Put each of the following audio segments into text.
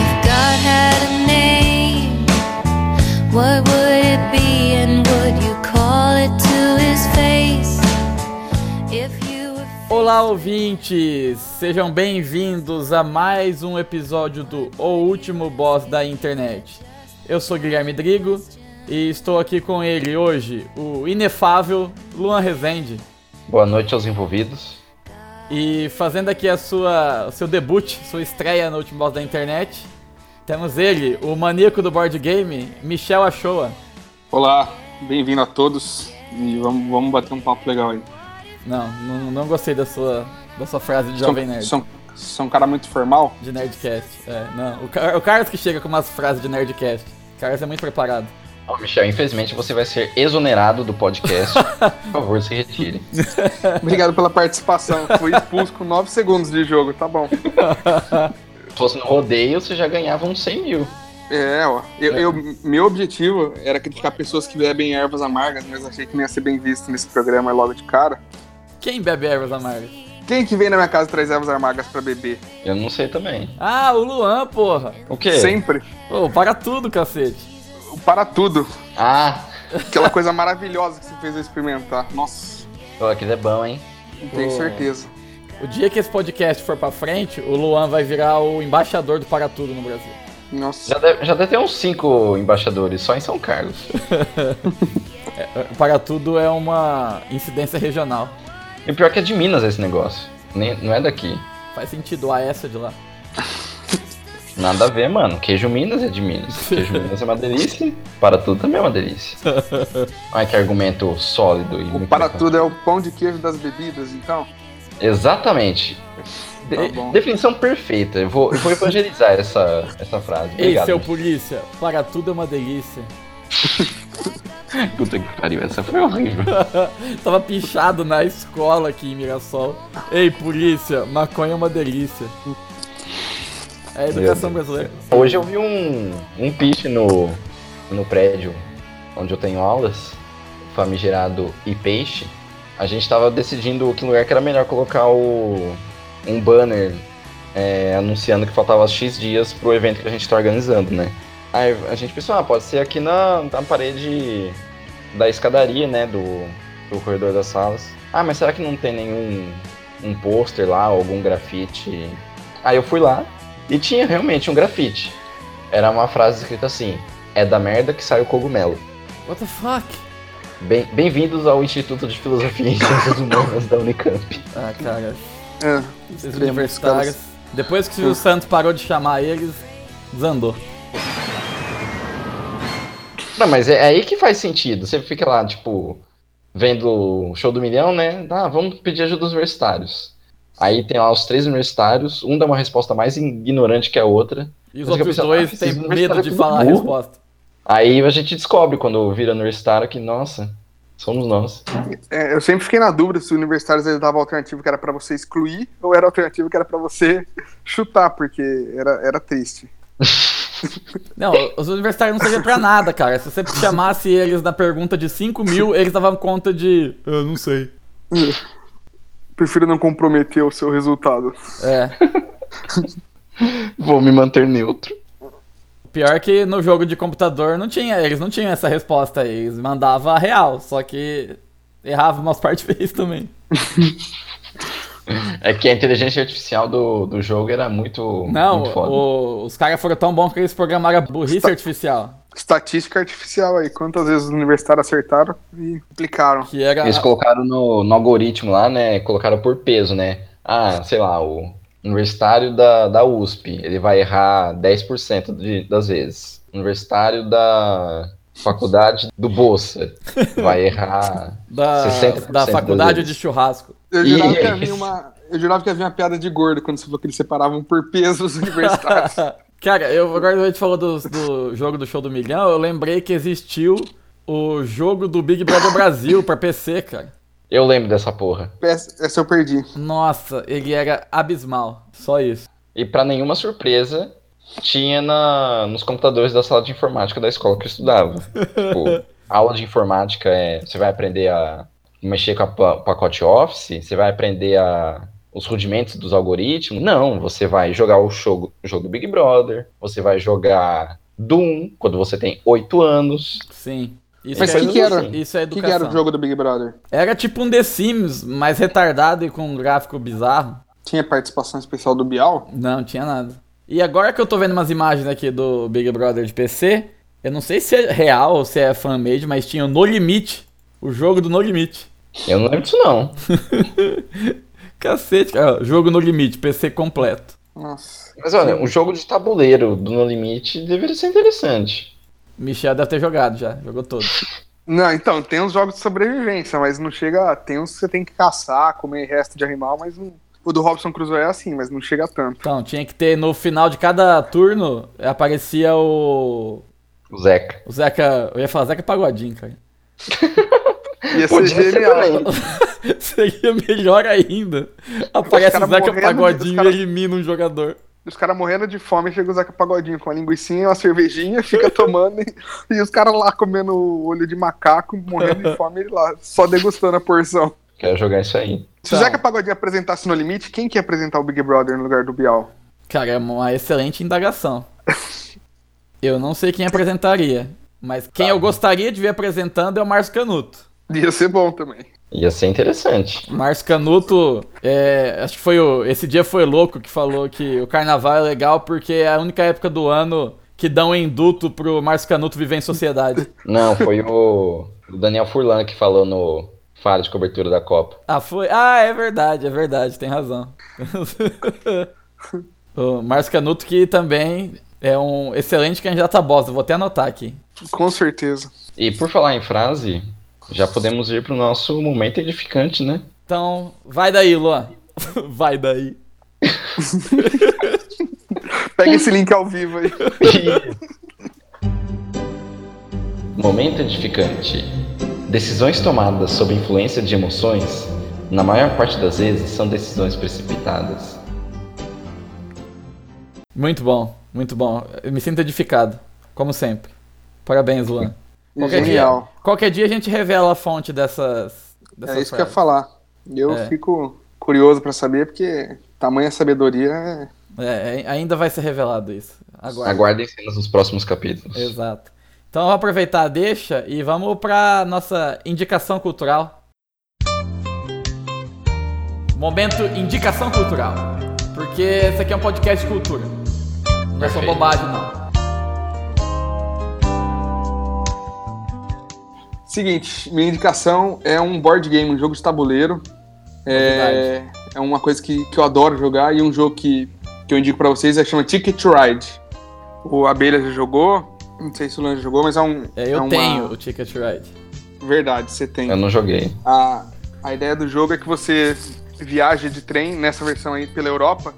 If God had a name, what would it be? And would you call it to his face? If you were Olá, ouvintes! Sejam bem-vindos a mais um episódio do O Último Boss da Internet. Eu sou Guilherme Drigo e estou aqui com ele hoje, o inefável Luan Rezende. Boa noite aos envolvidos. E fazendo aqui a sua, o seu debut, sua estreia no Último Boss da Internet, temos ele, o maníaco do board game, Michel Achoa. Olá, bem-vindo a todos e vamos, vamos bater um papo legal aí. Não, não, não gostei da sua, da sua frase de Jovem Nerd. São, são um cara muito formal? De Nerdcast, é, não. O, Car- o Carlos que chega com umas frases de Nerdcast. O Carlos é muito preparado. Ó, Michel, infelizmente você vai ser exonerado do podcast. Por favor, se retire. Obrigado pela participação. Fui expulso com 9 segundos de jogo, tá bom. Se fosse no rodeio, você já ganhava uns 100 mil. É, ó. Eu, eu- meu objetivo era criticar pessoas que bebem ervas amargas, mas achei que não ia ser bem visto nesse programa logo de cara. Quem bebe ervas amargas? Quem que vem na minha casa e traz ervas amargas pra beber? Eu não sei também. Ah, o Luan, porra. O quê? Sempre. Ô, para tudo, cacete. Para tudo. Ah, Aquela coisa maravilhosa que você fez eu experimentar. Nossa, ó, aquilo é bom, hein? não tenho Pô. certeza. O dia que esse podcast for pra frente, o Luan vai virar o embaixador do Para Tudo no Brasil. Nossa. Já deve, já deve ter uns 5 embaixadores só em São Carlos. O Para Tudo é uma incidência regional. E o pior que é de Minas esse negócio. Nem, não é daqui. Faz sentido a essa de lá. Nada a ver, mano. Queijo Minas é de Minas. Queijo Minas é uma delícia. Para tudo também é uma delícia. Olha que argumento sólido. tá E O muito para bacana. tudo é o pão de queijo das bebidas, então. Exatamente. Tá De- bom. definição perfeita. Eu vou, eu vou evangelizar essa, essa frase. Ei, Obrigado. seu polícia, Para Tudo é uma delícia. Puta que pariu, essa foi horrível. Tava pichado na escola aqui em Mirassol. Ei, polícia, maconha é uma delícia. É a educação Meu Deus. brasileira. Hoje eu vi um, um pitch no, no prédio onde eu tenho aulas, famigerado e peixe. A gente tava decidindo que lugar que era melhor colocar o, um banner é, anunciando que faltava X dias pro evento que a gente tá organizando, né? Aí a gente pensou, ah, pode ser aqui na, na parede da escadaria, né, do, do corredor das salas. Ah, mas será que não tem nenhum um pôster lá, algum grafite? Aí eu fui lá, e tinha realmente um grafite. Era uma frase escrita assim: É da merda que sai o cogumelo. What the fuck? Bem- Bem-vindos ao Instituto de Filosofia e Ciências Humanas da Unicamp. Ah, cara, É. esses Extremos, universitários. assim. Depois que o Silvio Santos parou de chamar eles, desandou. Não, mas é, é aí que faz sentido. Você fica lá, tipo, vendo o show do milhão, né? Ah, vamos pedir ajuda dos universitários. Aí tem lá os três universitários, um dá uma resposta mais ignorante que a outra. E os Mas eu outros pensava, dois ah, têm esses medo universitários de tudo falar a burro. resposta. Aí a gente descobre quando vira universitário que, nossa, somos nós. É, eu sempre fiquei na dúvida se o universitários ele dava a alternativa que era pra você excluir ou era a alternativa que era pra você chutar, porque era, era triste. Não, os universitários não serviam pra nada, cara. Se você chamasse eles na pergunta de 5 mil, eles davam conta de. Eu não sei. Prefiro não comprometer o seu resultado. É. Vou me manter neutro. Pior que no jogo de computador não tinha, eles não tinham essa resposta aí, eles mandavam a real, só que errava umas partes feias também. É que a inteligência artificial do, do jogo era muito, Não, muito foda. o- os caras foram tão bons que eles programaram a burrice artificial, Estatística artificial aí, quantas vezes os universitários acertaram e aplicaram. que era Eles colocaram no, no algoritmo lá, né? Colocaram por peso, né? Ah, sei lá, o universitário da, da USP, ele vai errar 10% de, das vezes. Universitário da faculdade do Bolsa vai errar da, 60% da das faculdade de vezes. churrasco. Eu jurava, que Ih, havia uma, eu jurava que havia uma piada de gordo quando você falou que eles separavam por peso os universitários. Cara, eu, agora a gente falou do, do jogo do show do milhão, eu lembrei que existiu o jogo do Big Brother Brasil pra PC, cara. Eu lembro dessa porra. Essa essa eu perdi. Nossa, ele era abismal. Só isso. E pra nenhuma surpresa, tinha na, nos computadores da sala de informática da escola que eu estudava. tipo, aula de informática é. Você vai aprender a mexer com a pa- o pacote Office? Você vai aprender a. Os rudimentos dos algoritmos? Não, você vai jogar o jogo, jogo Big Brother, você vai jogar Doom quando você tem 8 anos. Sim. Isso Mas é que que era? educação. Isso é O que, educação. que era o jogo do Big Brother? Era tipo um The Sims, mas retardado e com um gráfico bizarro. Tinha participação especial do Bial? Não, tinha nada. E agora que eu tô vendo umas imagens aqui do Big Brother de PC, eu não sei se é real ou se é fan-made, mas tinha o No Limite. O jogo do No Limite. Eu não lembro disso, não. Cacete, cara. ó, Jogo No Limite, PC completo. Nossa. Mas olha, um jogo de tabuleiro do No Limite deveria ser interessante. Michel deve ter jogado já, jogou todo. Não, então, tem uns jogos de sobrevivência, mas não chega. Tem uns que você tem que caçar, comer resto de animal, mas não. O do Robson Crusoe é assim, mas não chega tanto. Então, tinha que ter no final de cada turno aparecia o. O Zeca. O Zeca. Eu ia falar Zeca Pagodinho, cara. Ia ser Podia ser genial. também. Seria melhor ainda. Aparece o caras Zeca morrendo, Pagodinho os caras- e elimina um jogador. Os caras morrendo de fome, chega o Zeca Pagodinho com uma linguicinha, uma cervejinha, fica tomando e, e os caras lá comendo olho de macaco, morrendo de fome, ele lá, só degustando a porção. Quero jogar isso aí. Se o Então. Zeca Pagodinho apresentasse no limite, quem que ia apresentar o Big Brother no lugar do Bial? Cara, é uma excelente indagação. Eu não sei quem apresentaria, mas quem Tá. eu gostaria de ver apresentando é o Márcio Canuto. Ia ser bom também. Ia ser interessante. Márcio Canuto, é, acho que foi o. Esse dia foi louco que falou que o carnaval é legal porque é a única época do ano que dá um induto pro Márcio Canuto viver em sociedade. Não, foi o o Daniel Furlan que falou no Fala de Cobertura da Copa. Ah, foi. Ah, é verdade, é verdade, tem razão. o Márcio Canuto, que também é um excelente candidato a bosta, vou até anotar aqui. Com certeza. E por falar em frase, já podemos ir pro nosso momento edificante, né? Então, vai daí, Luan. Vai daí. Pega esse link ao vivo aí. momento edificante. Decisões tomadas sob influência de emoções, na maior parte das vezes, são decisões precipitadas. Muito bom, muito bom. Eu me sinto edificado, como sempre. Parabéns, Luan. Qualquer Genial. Dia, qualquer dia a gente revela a fonte dessas. dessas É isso que eu ia frases. falar. E Eu É. fico curioso pra saber, porque tamanha sabedoria é. É, é, ainda vai ser revelado isso. Agora. Aguardem cenas nos próximos capítulos. Exato. Então vamos aproveitar a deixa e vamos para nossa indicação cultural. Momento indicação cultural. Porque esse aqui é um podcast de cultura. Não é só Perfeito. bobagem, não. Seguinte, minha indicação é um board game, um jogo de tabuleiro. É, é uma coisa que, que eu adoro jogar e um jogo que, que eu indico pra vocês é chama Ticket to Ride. O Abelha já jogou, não sei se o Lange jogou, mas é um. É, eu uma- tenho o Ticket to Ride. Verdade, você tem. Eu não joguei. A, a ideia do jogo é que você viaja de trem, nessa versão aí, pela Europa.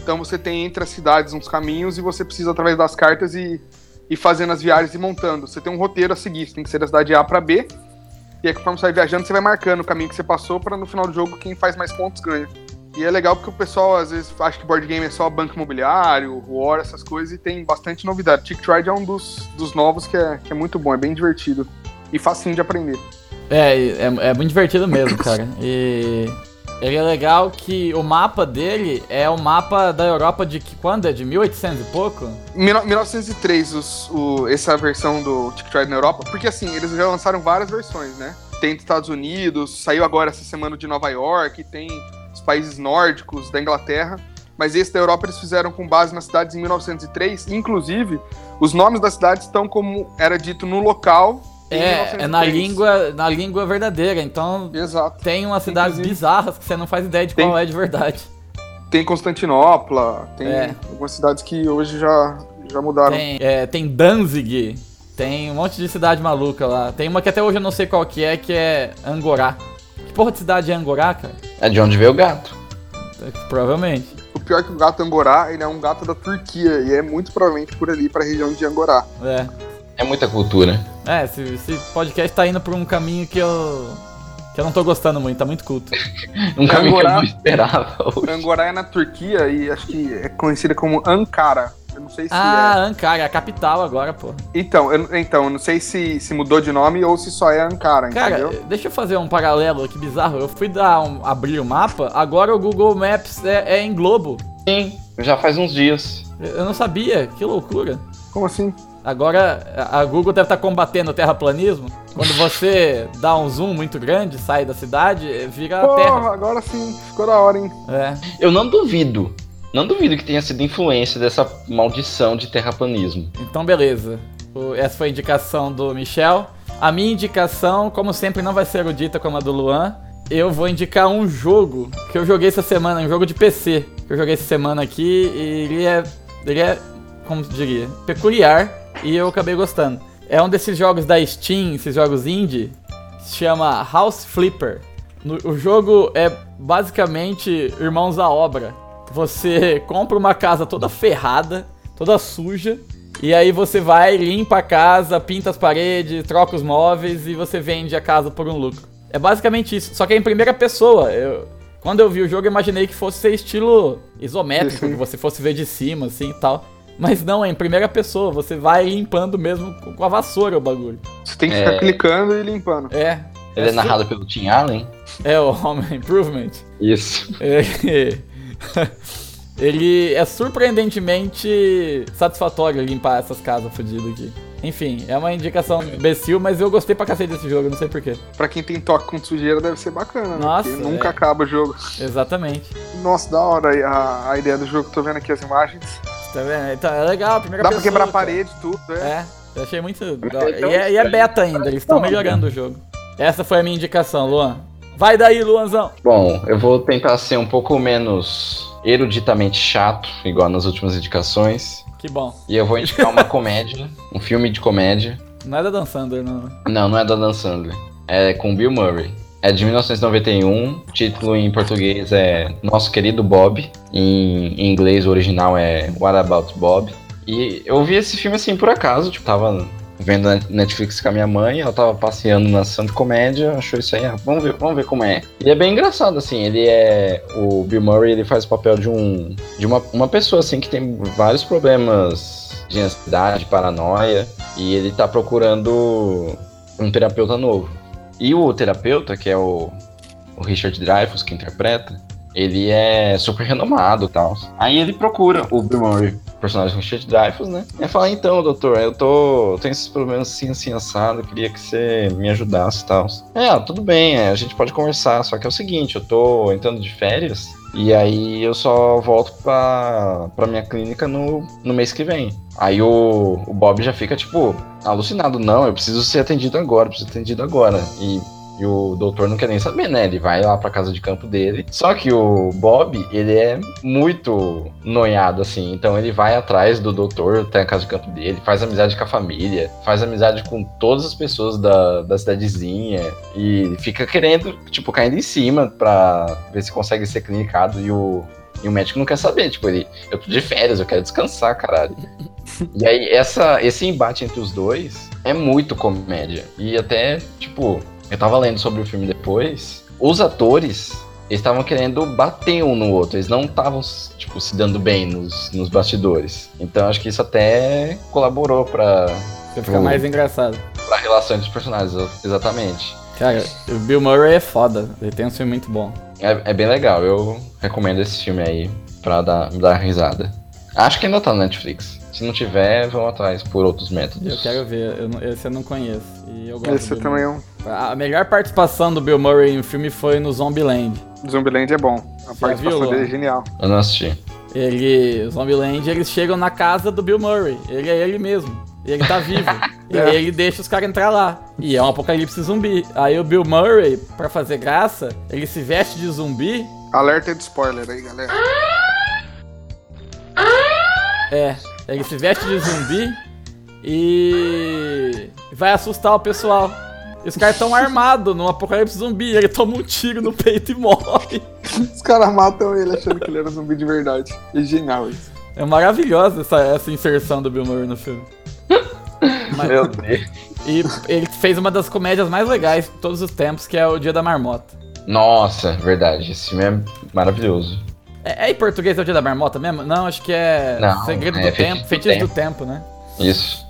Então você tem entre as cidades uns caminhos e você precisa, através das cartas, e ir fazendo as viagens e montando. Você tem um roteiro a seguir, você tem que ser da cidade A pra B. E aí, conforme você vai viajando, você vai marcando o caminho que você passou pra no final do jogo quem faz mais pontos ganha. E é legal porque o pessoal às vezes acha que board game é só banco imobiliário, War, essas coisas, e tem bastante novidade. Tick Ride é um dos, dos novos que é, que é muito bom, é bem divertido e facinho de aprender. É, é, é muito divertido mesmo, cara. E ele é legal que o mapa dele é o mapa da Europa de que quando? É de 1800 e pouco? 19- 1903, os- o- essa versão do Ticket Ride na Europa, porque assim, eles já lançaram várias versões, né? Tem dos Estados Unidos, saiu agora essa semana o de Nova York, tem os países nórdicos, da Inglaterra, mas esse da Europa eles fizeram com base nas cidades em 1903, inclusive os nomes das cidades estão como era dito no local. em É, é na 1903. língua, na língua verdadeira. Então Exato. Tem umas cidades Inclusive- bizarras que você não faz ideia de Tem. qual é de verdade. Tem Constantinopla, tem É. algumas cidades que hoje já, já mudaram. Tem, é, tem Danzig, tem um monte de cidade maluca lá. Tem uma que até hoje eu não sei qual que é, que é Angorá. Que porra de cidade é Angorá, cara? É de onde veio o gato. Provavelmente. O pior que o gato angorá, ele é um gato da Turquia e é muito provavelmente por ali, pra região de Angorá. É. É muita cultura. É, esse, esse podcast tá indo pra um caminho que eu. que eu não tô gostando muito, tá muito culto. Um caminho que eu Agora- não esperava. Angorá é na Turquia e acho que é conhecida como Ankara. Eu não sei se Ah, Ankara, a capital agora, pô. é. Então, eu, então, eu não sei se, se mudou de nome ou se só é Ankara, Cara, entendeu? deixa eu fazer um paralelo aqui bizarro. Eu fui dar um- abrir o mapa, agora o Google Maps é, é em globo. Sim, já faz uns dias. Eu eu não sabia, que loucura. Como assim? Agora a- a Google deve estar combatendo o terraplanismo. Quando você dá um zoom muito grande, sai da cidade, eh, vira a Porra, terra. agora sim, ficou da hora, hein? É. Eu não duvido. Não duvido que tenha sido influência dessa maldição de terraplanismo. Então, beleza. O- essa foi a indicação do Michel. A minha indicação, como sempre, não vai ser erudita como a do Luan. Eu vou indicar um jogo que eu joguei essa semana, um jogo de PC. Que eu joguei essa semana aqui e ele é, ele é como se diria, peculiar e eu acabei gostando. É um desses jogos da Steam, esses jogos indie, se chama House Flipper. No- o jogo é basicamente Irmãos à Obra. Você compra uma casa toda ferrada, toda suja, e aí você vai, limpa a casa, pinta as paredes, troca os móveis e você vende a casa por um lucro. É basicamente isso, só que é em primeira pessoa. Eu- quando eu vi o jogo, eu imaginei que fosse ser estilo isométrico, que você fosse ver de cima, assim e tal. Mas não, é em primeira pessoa, você vai limpando mesmo com- com a vassoura o bagulho. Você tem que ficar É. clicando e limpando. É. Ele é su- narrado pelo Tim Allen? É o Home Improvement. Isso. Ele... Ele é surpreendentemente satisfatório limpar essas casas fodidas aqui. Enfim, é uma indicação imbecil, mas eu gostei pra cacete desse jogo, não sei porquê. Pra quem tem toque com sujeira deve ser bacana, né? Nossa, Porque nunca é. acaba o jogo. Exatamente. Nossa, da hora a, a ideia do jogo, tô vendo aqui as imagens. Tá vendo? Então, é legal, a primeira Dá pra pessoa, quebrar a cara. parede, tudo, é. É, eu achei muito. da hora. E é, e é beta ainda, eles estão melhorando o jogo. Essa foi a minha indicação, Luan. Vai daí, Luanzão! Bom, eu vou tentar ser um pouco menos eruditamente chato, igual nas últimas indicações. Que bom. E eu vou indicar uma comédia, um filme de comédia. Nada dançando, não. né? Não, não é da Dan Sandler. É com Bill Murray. É de 1991. O título em português é Nosso Querido Bob. Em inglês, o original é What About Bob. E eu vi esse filme assim por acaso. Tipo, tava vendo a Netflix com a minha mãe. Ela tava passeando na Santa Comédia. Achou isso aí. ah, vamos, ver, vamos ver como é. E é bem engraçado, assim. Ele é. O Bill Murray ele faz o papel de um. De uma, uma pessoa, assim, que tem vários problemas de ansiedade, paranoia. E ele tá procurando um terapeuta novo. E o terapeuta, que é o, o Richard Dreyfuss, que interpreta, ele é super renomado e tal. Aí ele procura o Bill Murray, o personagem do Richard Dreyfuss, né? E fala, então, doutor, eu tô. Eu tenho esses problemas assim, assim, assado, eu queria que você me ajudasse e tal. É, ó, tudo bem, é, a gente pode conversar, só que é o seguinte, eu tô entrando de férias. E aí eu só volto pra, pra minha clínica no, no mês que vem. Aí o, o Bob já fica, tipo, alucinado, não, eu preciso ser atendido agora, eu preciso ser atendido agora. E, e o doutor não quer nem saber, né? Ele vai lá pra casa de campo dele. Só que o Bob, ele é muito noiado, assim. Então ele vai atrás do doutor até a casa de campo dele, faz amizade com a família, faz amizade com todas as pessoas da, da cidadezinha e fica querendo, tipo, caindo em cima pra ver se consegue ser clinicado. E o, e o médico não quer saber, tipo, ele, eu tô de férias, eu quero descansar, caralho. E aí, essa, esse embate entre os dois é muito comédia. E até, tipo, eu tava lendo sobre o filme depois. Os atores eles estavam querendo bater um no outro. Eles não estavam, tipo, se dando bem nos, nos bastidores. Então, acho que isso até colaborou pra, Você fica mais engraçado. pra relação entre os personagens, exatamente. Cara, o Bill Murray é foda. Ele tem um filme muito bom. É, é bem legal. Eu recomendo esse filme aí pra dar, dar risada. Acho que ainda tá no Netflix. Se não tiver, vão atrás por outros métodos. Eu quero ver, eu não- esse eu não conheço. E eu gosto Esse do Bill também é um. A melhor participação do Bill Murray em um filme foi no Zombieland. Zombieland é bom. A Você participação viu, dele é Luan? genial. Eu não assisti. Ele, o Zombieland, eles chegam na casa do Bill Murray. Ele é ele mesmo. E ele tá vivo. E É. aí ele deixa os caras entrar lá. E é um apocalipse zumbi. Aí o Bill Murray, pra fazer graça, ele se veste de zumbi. Alerta de spoiler aí, galera. É, ele se veste de zumbi e vai assustar o pessoal. Os caras estão armados no apocalipse zumbi, ele toma um tiro no peito e morre. Os caras matam ele achando que ele era zumbi de verdade. É genial isso. É maravilhosa essa, essa inserção do Bill Murray no filme. Mas- Meu Deus. E ele fez uma das comédias mais legais de todos os tempos, que é o Dia da Marmota. Nossa, verdade. Esse filme é maravilhoso. É, é em português é o Dia da Marmota mesmo? Não, acho que é Não, Segredo é do Feitiço Tempo, do Feitiço do Tempo. Tempo, né? Isso.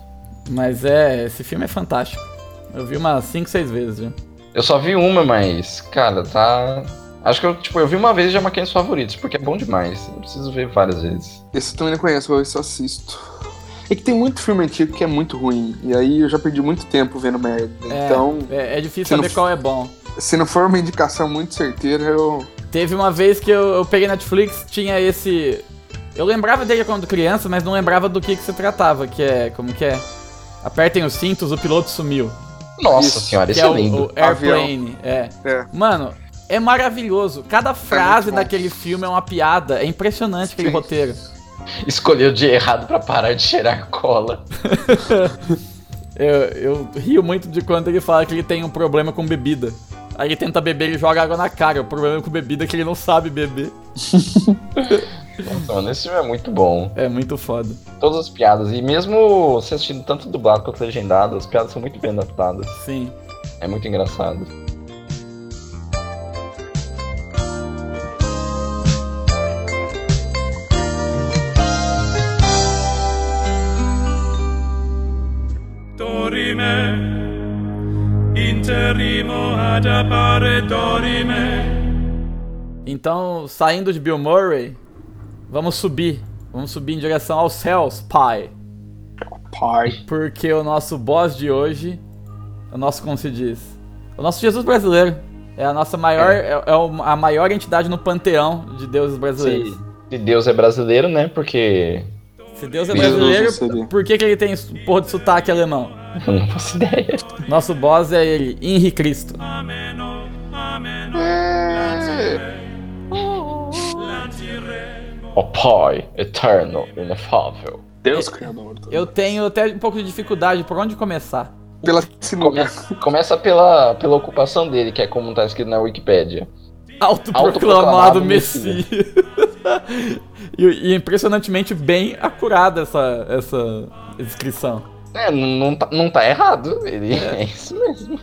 Mas é, esse filme é fantástico. Eu vi umas 5, 6 vezes já. Eu só vi uma, mas, cara, tá. Acho que eu, tipo, eu vi uma vez e já marquei nos favoritos, porque é bom demais. Eu preciso ver várias vezes. Esse eu também não conheço, vou ver se eu assisto. É que tem muito filme antigo que é muito ruim. E aí eu já perdi muito tempo vendo merda. É, Então, é, é difícil se não saber f- qual é bom. se não for uma indicação muito certeira, eu. Teve uma vez que eu, eu peguei Netflix, tinha esse. Eu lembrava dele quando criança, mas não lembrava do que, que se tratava, que é. Como que é? Apertem os cintos, o piloto sumiu. Nossa Isso, senhora, esse que é é o, lindo. o Airplane. É. É. Mano, é maravilhoso. Cada frase bom. daquele filme é uma piada. É impressionante aquele Sim. roteiro. Escolheu o dia errado pra parar de cheirar cola. Eu, eu rio muito de quando ele fala que ele tem um problema com bebida. Aí ele tenta beber e joga água na cara. O problema com bebida é que ele não sabe beber. Nossa, mano, esse filme é muito bom. É muito foda. Todas as piadas. E mesmo você assistindo tanto dublado quanto legendado, as piadas são muito bem adaptadas. Sim. É muito engraçado. Dorime, interimo ad appare dorime. Então, saindo de Bill Murray, vamos subir. Vamos subir em direção aos céus, pai. Pai. Porque o nosso boss de hoje, o nosso, como se diz? O nosso Jesus brasileiro. É a nossa maior, é. é o- a maior entidade no panteão de deuses brasileiros. Se, se Deus é brasileiro, né? Porque. Se Deus é Jesus brasileiro, seria. por que, que ele tem esse porra de sotaque alemão? Eu não faço ideia. Nosso boss é ele, Henri Cristo. Ameno, ameno, É. Ó Pai, eterno, inefável. Deus criador. Eu tenho até um pouco de dificuldade por onde começar. Pela sinuca. Começa, começa pela, pela ocupação dele, que é como tá escrito na Wikipédia. Autoproclamado Autoproclamado Messias. e, e é impressionantemente bem acurada essa, essa descrição. É, não, não tá, não tá errado. Ele é isso mesmo.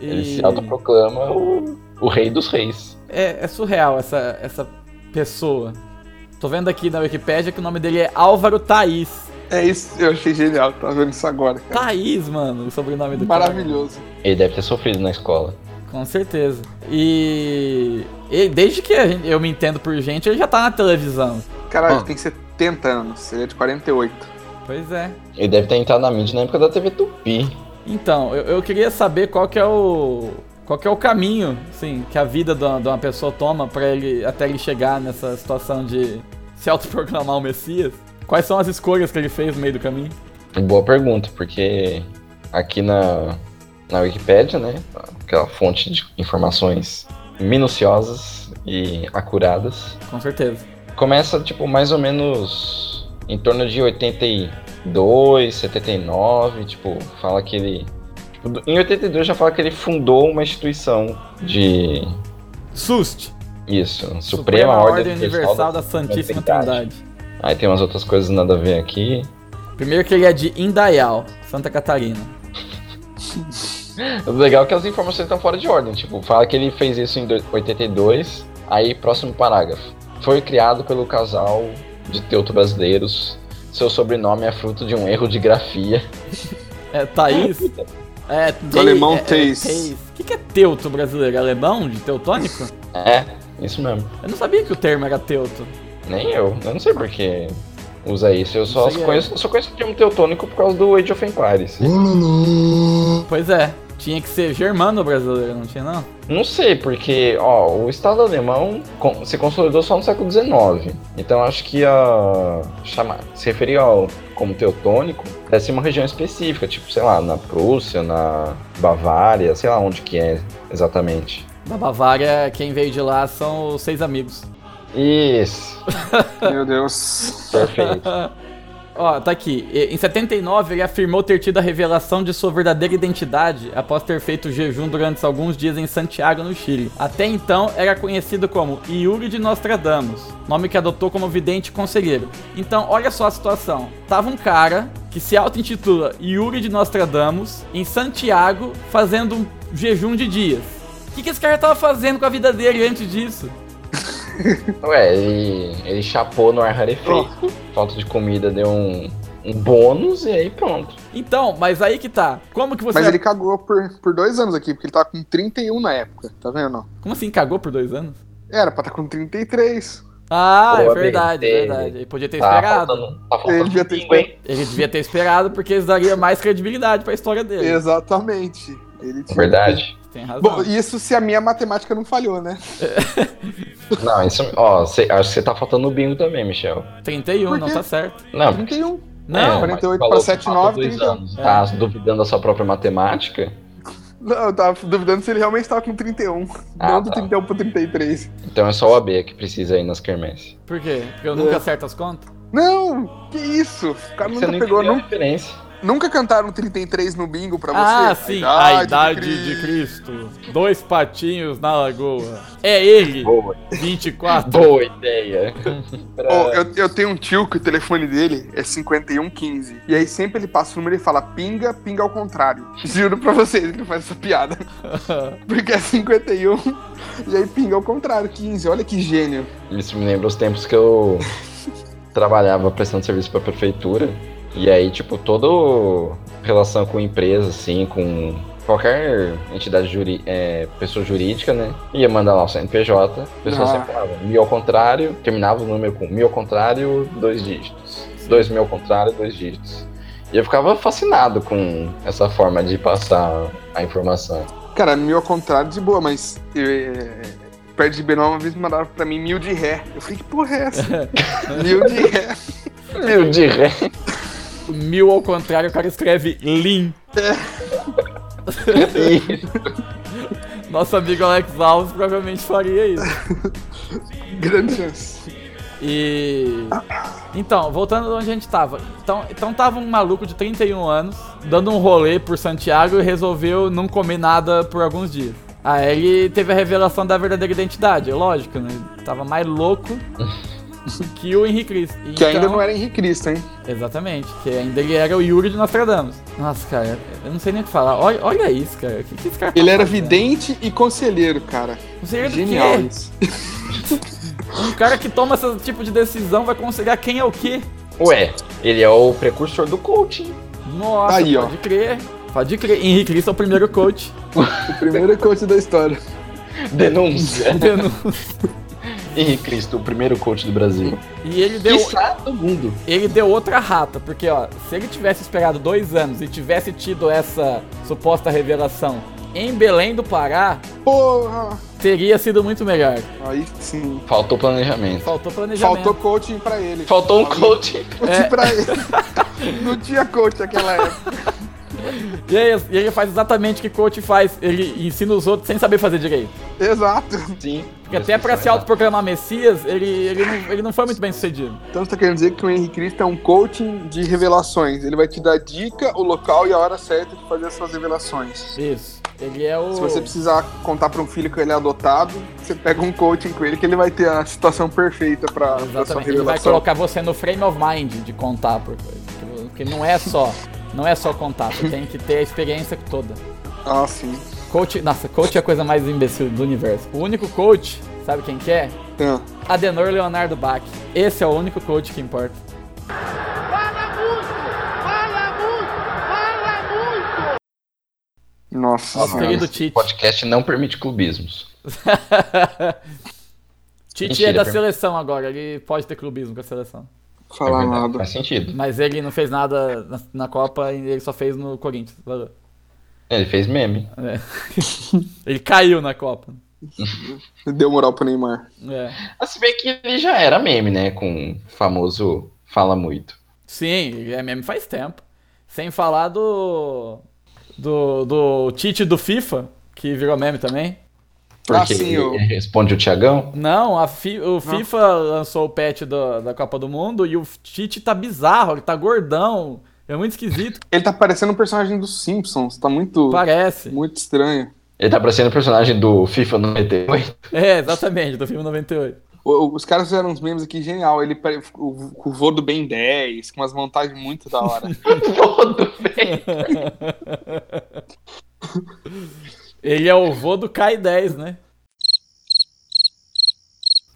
Ele E se autoproclama o, o rei dos reis. é, é surreal essa, essa pessoa. Tô vendo aqui na Wikipédia que o nome dele é Álvaro Thaís. É isso, eu achei genial. Tava vendo isso agora. cara. Thaís, mano, o sobrenome do cara. Maravilhoso. Ele deve ter sofrido na escola. Com certeza. E, e desde que a gente- eu me entendo por gente, ele já tá na televisão. Caralho, Ah. tem 70 anos. Ele é de 48. Pois é. Ele deve ter entrado na mídia na época da TV Tupi. Então, eu, eu queria saber qual que é o. Qual que é o caminho, assim, que a vida de uma, de uma pessoa toma para ele até ele chegar nessa situação de se autoproclamar o Messias? Quais são as escolhas que ele fez no meio do caminho? Boa pergunta, porque aqui na, na Wikipédia, né? Aquela fonte de informações minuciosas e acuradas. Com certeza. começa, tipo, mais ou menos em torno de 82, 79, tipo, fala que ele... tipo, do- em 82 já fala que ele fundou uma instituição de... SUST! Isso, Suprema, Ordem, Universal, da Santíssima Trindade. Aí tem umas outras coisas nada a ver aqui. Primeiro que ele é de Indaial, Santa Catarina. O legal é que as informações estão fora de ordem, tipo, fala que ele fez isso em do- 82, aí próximo parágrafo. Foi criado pelo casal de teuto-brasileiros, seu sobrenome é fruto de um erro de grafia. É Thaís? É, Tei- alemão é, é, Teis. O que, que é teuto brasileiro? Alemão? De teutônico? É, isso mesmo. Eu não sabia que o termo era teuto. Nem eu. Eu não sei por que usa isso. Eu só Não sei, é. conheço, eu só conheço o termo teutônico por causa do Age of Empires. Pois é, tinha que ser germano brasileiro, não tinha não? Não sei, porque, ó, o Estado alemão con- se consolidou só no século XIX. Então acho que a. Chamar, se referir ao como teutônico deve ser uma região específica, tipo, sei lá, na Prússia, na Bavária, sei lá onde que é exatamente. Da Bavária, quem veio de lá são os seis amigos. Isso, Meu Deus. perfeito. Ó, tá aqui. E- Em 79, ele afirmou ter tido a revelação de sua verdadeira identidade após ter feito jejum durante alguns dias em Santiago, no Chile. Até então, era conhecido como Yuri de Nostradamus, nome que adotou como vidente e conselheiro. Então, olha só a situação. Tava um cara que se auto-intitula Yuri de Nostradamus em Santiago fazendo um jejum de dias. O que, que esse cara tava fazendo com a vida dele antes disso? Ué, ele, ele chapou no ar rarefeito. Falta de comida deu um, um bônus e aí pronto. Então, mas aí que tá. Como que você. Mas ele cagou por, por dois anos aqui, porque ele tava com 31 na época, tá vendo? Como assim cagou por dois anos? Era pra estar com 33. Ah, é Boa, verdade, bem, verdade. bem. Ele podia ter Tá esperado. faltando, tá Ele faltando devia ter bingo, hein? Ele devia ter esperado porque isso daria mais credibilidade pra história dele. Exatamente. Ele tinha- Verdade. Tem razão. Bom, isso se a minha matemática não falhou, né? Não, isso. Ó, cê- acho que você tá faltando o bingo também, Michel. 31, Por não quê? É. tá certo. Não, é, 31. Não, mas 48 falou pra que 7, falta 9, dois 31. anos. Tá duvidando da sua própria matemática? Não, eu tava duvidando se ele realmente tava com 31. Ah, não do tá. 31 pro 33. Então é só o AB que precisa ir nas quermesses. por quê? Porque eu É. nunca acerto as contas? Não, que isso? O cara Você é nunca não pegou, entendeu a nun- diferença. nunca cantaram 33 no bingo pra você? ah, sim, a idade de Cristo. Dois patinhos na lagoa. É ele, Boa, 24. boa ideia. Pra- Ó, É. eu, eu tenho um tio que o telefone dele é 5115. E aí sempre ele passa o número e fala pinga, pinga ao contrário. Juro pra vocês que ele faz essa piada. Porque é 51 e aí pinga ao contrário, 15. Olha que gênio. Isso me lembra os tempos que eu trabalhava prestando serviço pra prefeitura. E aí, tipo, toda relação com empresa, assim, com qualquer entidade juri, é, pessoa jurídica, né? Ia mandar lá o CNPJ, a pessoa Ah. sempre falava mil ao contrário, terminava o número com mil ao contrário, dois dígitos. Dois mil ao contrário, dois dígitos. E eu ficava fascinado com essa forma de passar a informação. Cara, mil ao contrário de boa, mas eh, perto de Benoit uma vez mandaram pra mim mil de ré. Eu falei, que porra é essa? mil de ré. Mil de ré. Mil ao contrário, o cara escreve Lin. Nosso amigo Alex Alves provavelmente faria isso. Grande chance. E. Então, voltando de onde a gente tava. Então, então tava um maluco de 31 anos, dando um rolê por Santiago e resolveu não comer nada por alguns dias. Aí ele teve a revelação da verdadeira identidade, lógico, né? Ele Tava mais louco que o Henrique Cristo. Então, Que ainda não é. era Henrique Cristo, hein? Exatamente, que ainda ele era o Yuri de Nostradamus. Nossa, cara, eu não sei nem o que falar. Olha, olha isso, cara. O que, que esse cara tá Ele era fazendo? vidente e conselheiro, cara. Não sei do Genial quê? isso. Um cara que toma esse tipo de decisão vai aconselhar quem é o quê? Ué, ele é o precursor do coaching. Nossa, Aí, ó. pode crer. Pode crer. Henrique Cristo é o primeiro coach. O primeiro coach da história. Denúncia. Denúncia. Henrique Cristo, o primeiro coach do Brasil. e ele deu, Quiçá do mundo. ele deu outra rata, porque ó, se ele tivesse esperado dois anos e tivesse tido essa suposta revelação em Belém do Pará, Porra! teria sido muito melhor. Aí sim. Faltou planejamento. Faltou planejamento. Faltou coaching pra ele. Faltou um Faltou coach. coaching pra ele. Não tinha coach naquela época. E aí, e ele faz exatamente o que coach faz. Ele ensina os outros sem saber fazer direito. Exato. Sim. Porque até é pra se autoproclamar Messias, ele, ele, não, ele não foi muito bem sucedido. Então você tá querendo dizer que o Henrique Cristo é um coaching de revelações. Ele vai te dar a dica, o local e a hora certa de fazer as suas revelações. Isso. Ele é o. Se você precisar contar pra um filho que ele é adotado, você pega um coaching com ele que ele vai ter a situação perfeita pra, pra sua Exatamente. Ele vai revelação. colocar você no frame of mind de contar por coisa. Porque não é só, não é só contar, você tem que ter a experiência toda. Ah, sim. Coach, nossa, coach é a coisa mais imbecil do universo. O único coach, sabe quem que é? Ah. Adenor Leonardo Bach. Esse é o único coach que importa. Nossa, Nosso senhora. querido O Tite. podcast não permite clubismos. Tite Mentira, é da per- seleção agora, ele pode ter clubismo com a seleção. falar É verdade, nada. Faz sentido. Mas ele não fez nada na, na Copa e ele só fez no Corinthians. valeu. Ele fez meme. É. ele caiu na Copa. Deu moral pro Neymar. É. Ah, Se bem que ele já era meme, né? Com o famoso Fala Muito. Sim, ele é meme faz tempo. Sem falar do. Do, do Tite do FIFA, que virou meme também. Porque Ah, sim, ele, o- ele responde o Tiagão. Não, a Fi- o FIFA lançou o patch da- da Copa do Mundo e o Tite tá bizarro, ele tá gordão. É muito esquisito, Ele tá parecendo um personagem dos Simpsons, tá muito, parece. muito estranho. Ele tá parecendo o personagem do FIFA 98. É, exatamente, do filme 98. O- o- os caras fizeram uns memes aqui genial. Ele pare- o, o voo do Ben 10, com umas montagens muito da hora. Todo bem. Ele é o vô do Kai 10, né?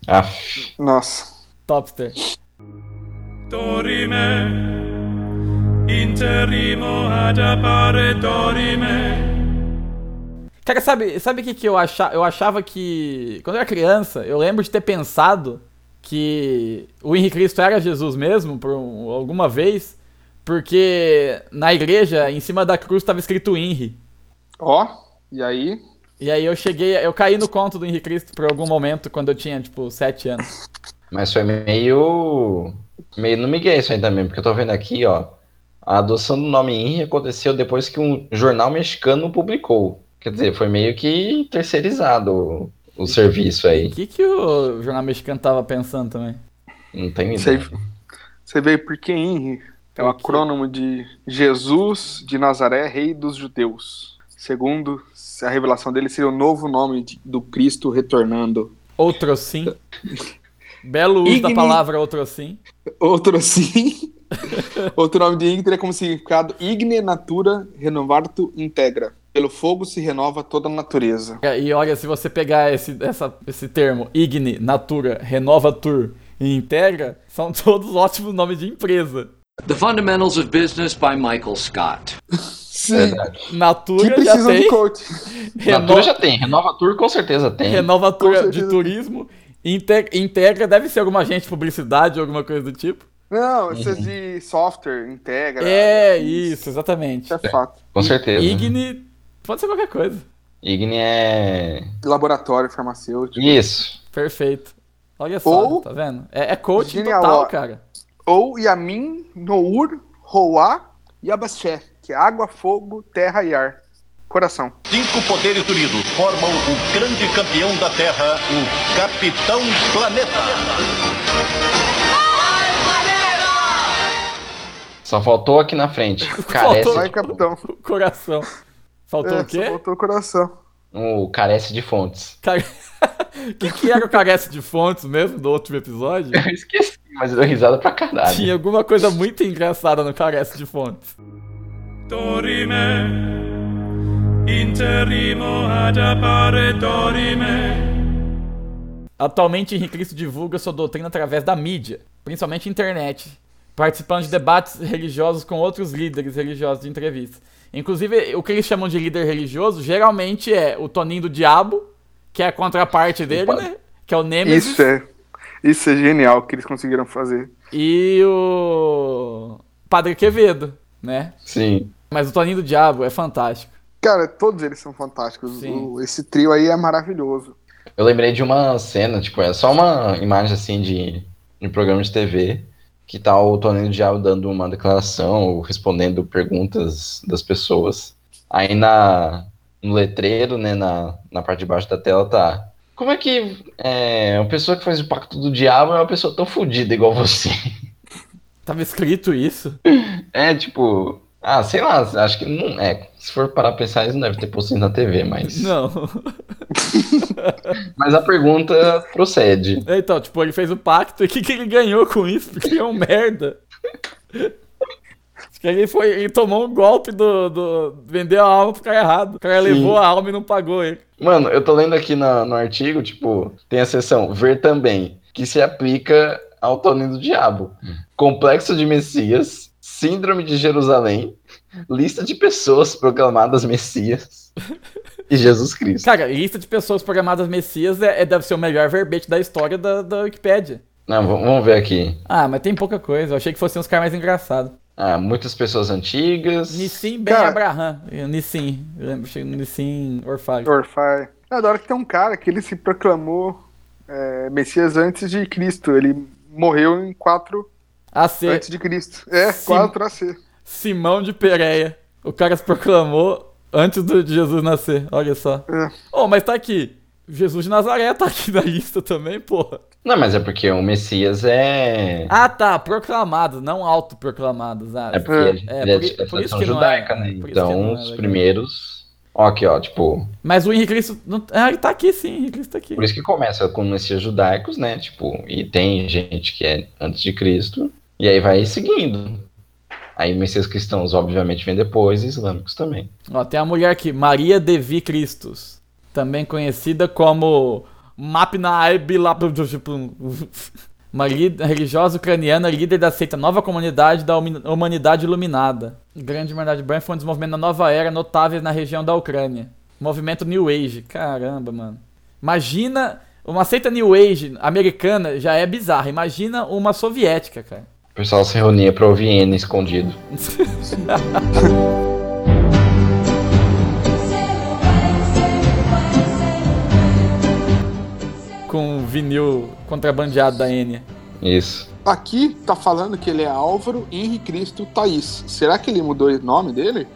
Ah, Nossa. Topster. Dorime, interimo ad appare dorime, Cara, sabe o sabe o que, que eu achava? Eu achava que. Quando eu era criança, eu lembro de ter pensado que o Henrique Cristo era Jesus mesmo, por um- alguma vez, porque na igreja, em cima da cruz, tava escrito Henri. Ó, e aí? E aí eu cheguei, eu caí no conto do Henrique Cristo por algum momento quando eu tinha, tipo, 7 anos. mas foi meio. meio no Miguel isso aí também, porque eu tô vendo aqui, ó. A adoção do nome Henry aconteceu depois que um jornal mexicano publicou. Quer dizer, foi meio que terceirizado o, o serviço O aí. que, que o jornal mexicano tava pensando também? Não tem Sei. ideia. Você veio porque Henry é o Por quê? acrônomo de Jesus de Nazaré, rei dos judeus. Segundo a revelação dele, seria o novo nome de- do Cristo retornando. Outro sim. Belo uso da Igni- palavra outro sim. Outro sim. Outro nome de Ingra é como significado Igne Natura Renovartu Integra. Pelo fogo se renova toda a natureza. E olha, se você pegar esse, essa- esse termo, Igni, Natura, Renova Tour e Integra, são todos ótimos nomes de empresa. The Fundamentals of Business by Michael Scott. Sim, que Natura já precisam tem, de coach. Reno- Natura já tem, Renova Tour com certeza tem. Renova Com Tour de certeza. turismo, Inte- Integra deve ser alguma agente de publicidade ou alguma coisa do tipo. Não, esses de software, integra. É, isso, exatamente. Isso é fato. Com certeza. Igni pode ser qualquer coisa. Igni é. Laboratório farmacêutico. Isso. Perfeito. Olha só, Ou- tá vendo? É, é coaching Genial, total, ó. cara. Ou Yamin, Nour, Roá e Abaxé, que é água, fogo, terra e ar. Coração. Cinco poderes unidos formam o grande campeão da Terra, o Capitão Planeta. Só faltou aqui na frente. Carece, Faltou. Vai, de- capitão. O coração. Faltou É, o quê? só Faltou o coração. o carece de fontes. Care... que que era o carece de fontes mesmo do outro episódio? Eu esqueci, mas eu dou risada pra caralho. Tinha alguma coisa muito engraçada no carece de fontes. dorime, interimo ad appare dorime, Atualmente, Henrique Cristo divulga sua doutrina através da mídia, principalmente internet, participando de debates religiosos com outros líderes religiosos de entrevistas. Inclusive, o que eles chamam de líder religioso geralmente é o Toninho do Diabo, que é a contraparte dele, né? Que é o Nemesis. Isso é. Isso é genial que eles conseguiram fazer. E o Padre Quevedo, né? Sim. Mas o Toninho do Diabo é fantástico. Cara, todos eles são fantásticos. Sim. O- esse trio aí é maravilhoso. Eu lembrei de uma cena, tipo, é só uma imagem assim de, de um programa de TV que tá o Toninho do Diabo dando uma declaração ou respondendo perguntas das pessoas. Aí na, no letreiro, né, na, na parte de baixo da tela tá. Como é que é, uma pessoa que faz o pacto do diabo é uma pessoa tão fodida igual você? Tava escrito isso? É, tipo. Ah, sei lá, acho que não. É, se for parar pra pensar, eles não devem ter posto isso na TV, mas. Não. Mas a pergunta procede. Então, tipo, ele fez o pacto e o que, que ele ganhou com isso? Porque ele é um merda. Acho que ele foi. Ele tomou um golpe do. do vendeu a alma pro cara errado. O cara Sim. levou a alma e não pagou ele. Mano, eu tô lendo aqui na- no artigo, tipo, tem a seção ver também, que se aplica ao Toninho do Diabo. Hum. Complexo de Messias, Síndrome de Jerusalém, lista de pessoas proclamadas Messias e Jesus Cristo. Cara, lista de pessoas programadas Messias é, é- deve ser o melhor verbete da história da, da Wikipédia. Não, v- vamos ver aqui. Ah, mas tem pouca coisa. Eu achei que fossem uns caras mais engraçados. Ah, muitas pessoas antigas. Nissim Ben Cara- Abraham. Nissim. Eu lembro, achei Nissim Orfag. Orfai. Eu adoro que tem um cara que ele se proclamou é, Messias antes de Cristo. Ele morreu em 4 AC. antes de Cristo. É, Sim. 4 AC. Simão de Pereia. O cara se proclamou antes do, de Jesus nascer. Olha só. É. Oh, mas tá aqui. Jesus de Nazaré tá aqui na lista também, porra. Não, mas é porque o Messias é. Ah, tá, proclamado, não autoproclamado, sabe? É porque É, ele é por i- de por isso tradição que não judaica, é- né? por isso que Então, não é os legal. primeiros. Ó, aqui, ó, tipo. Mas o Henrique Cristo. Não... Ah, ele tá aqui sim, o Henrique Cristo tá aqui. Por isso que começa com Messias judaicos, né? Tipo, e tem gente que é antes de Cristo, e aí vai seguindo. Aí Messias cristãos, obviamente, vem depois, e islâmicos também. Ó, tem a mulher aqui, Maria Devi Cristos. Também conhecida como Mapnaib Uma lí- religiosa ucraniana, líder da seita Nova Comunidade da Humi- Humanidade Iluminada. Grande Humanidade Branca foi um dos movimentos da nova era notáveis na região da Ucrânia. Movimento New Age. Caramba, mano. Imagina. Uma seita New Age americana já é bizarra. Imagina uma soviética, cara. O pessoal se reunia pra ouvir N escondido. Com vinil contrabandeado da Enya. Isso. Aqui tá falando que ele é Álvaro Henri Cristo Thaís. Será que ele mudou o nome dele?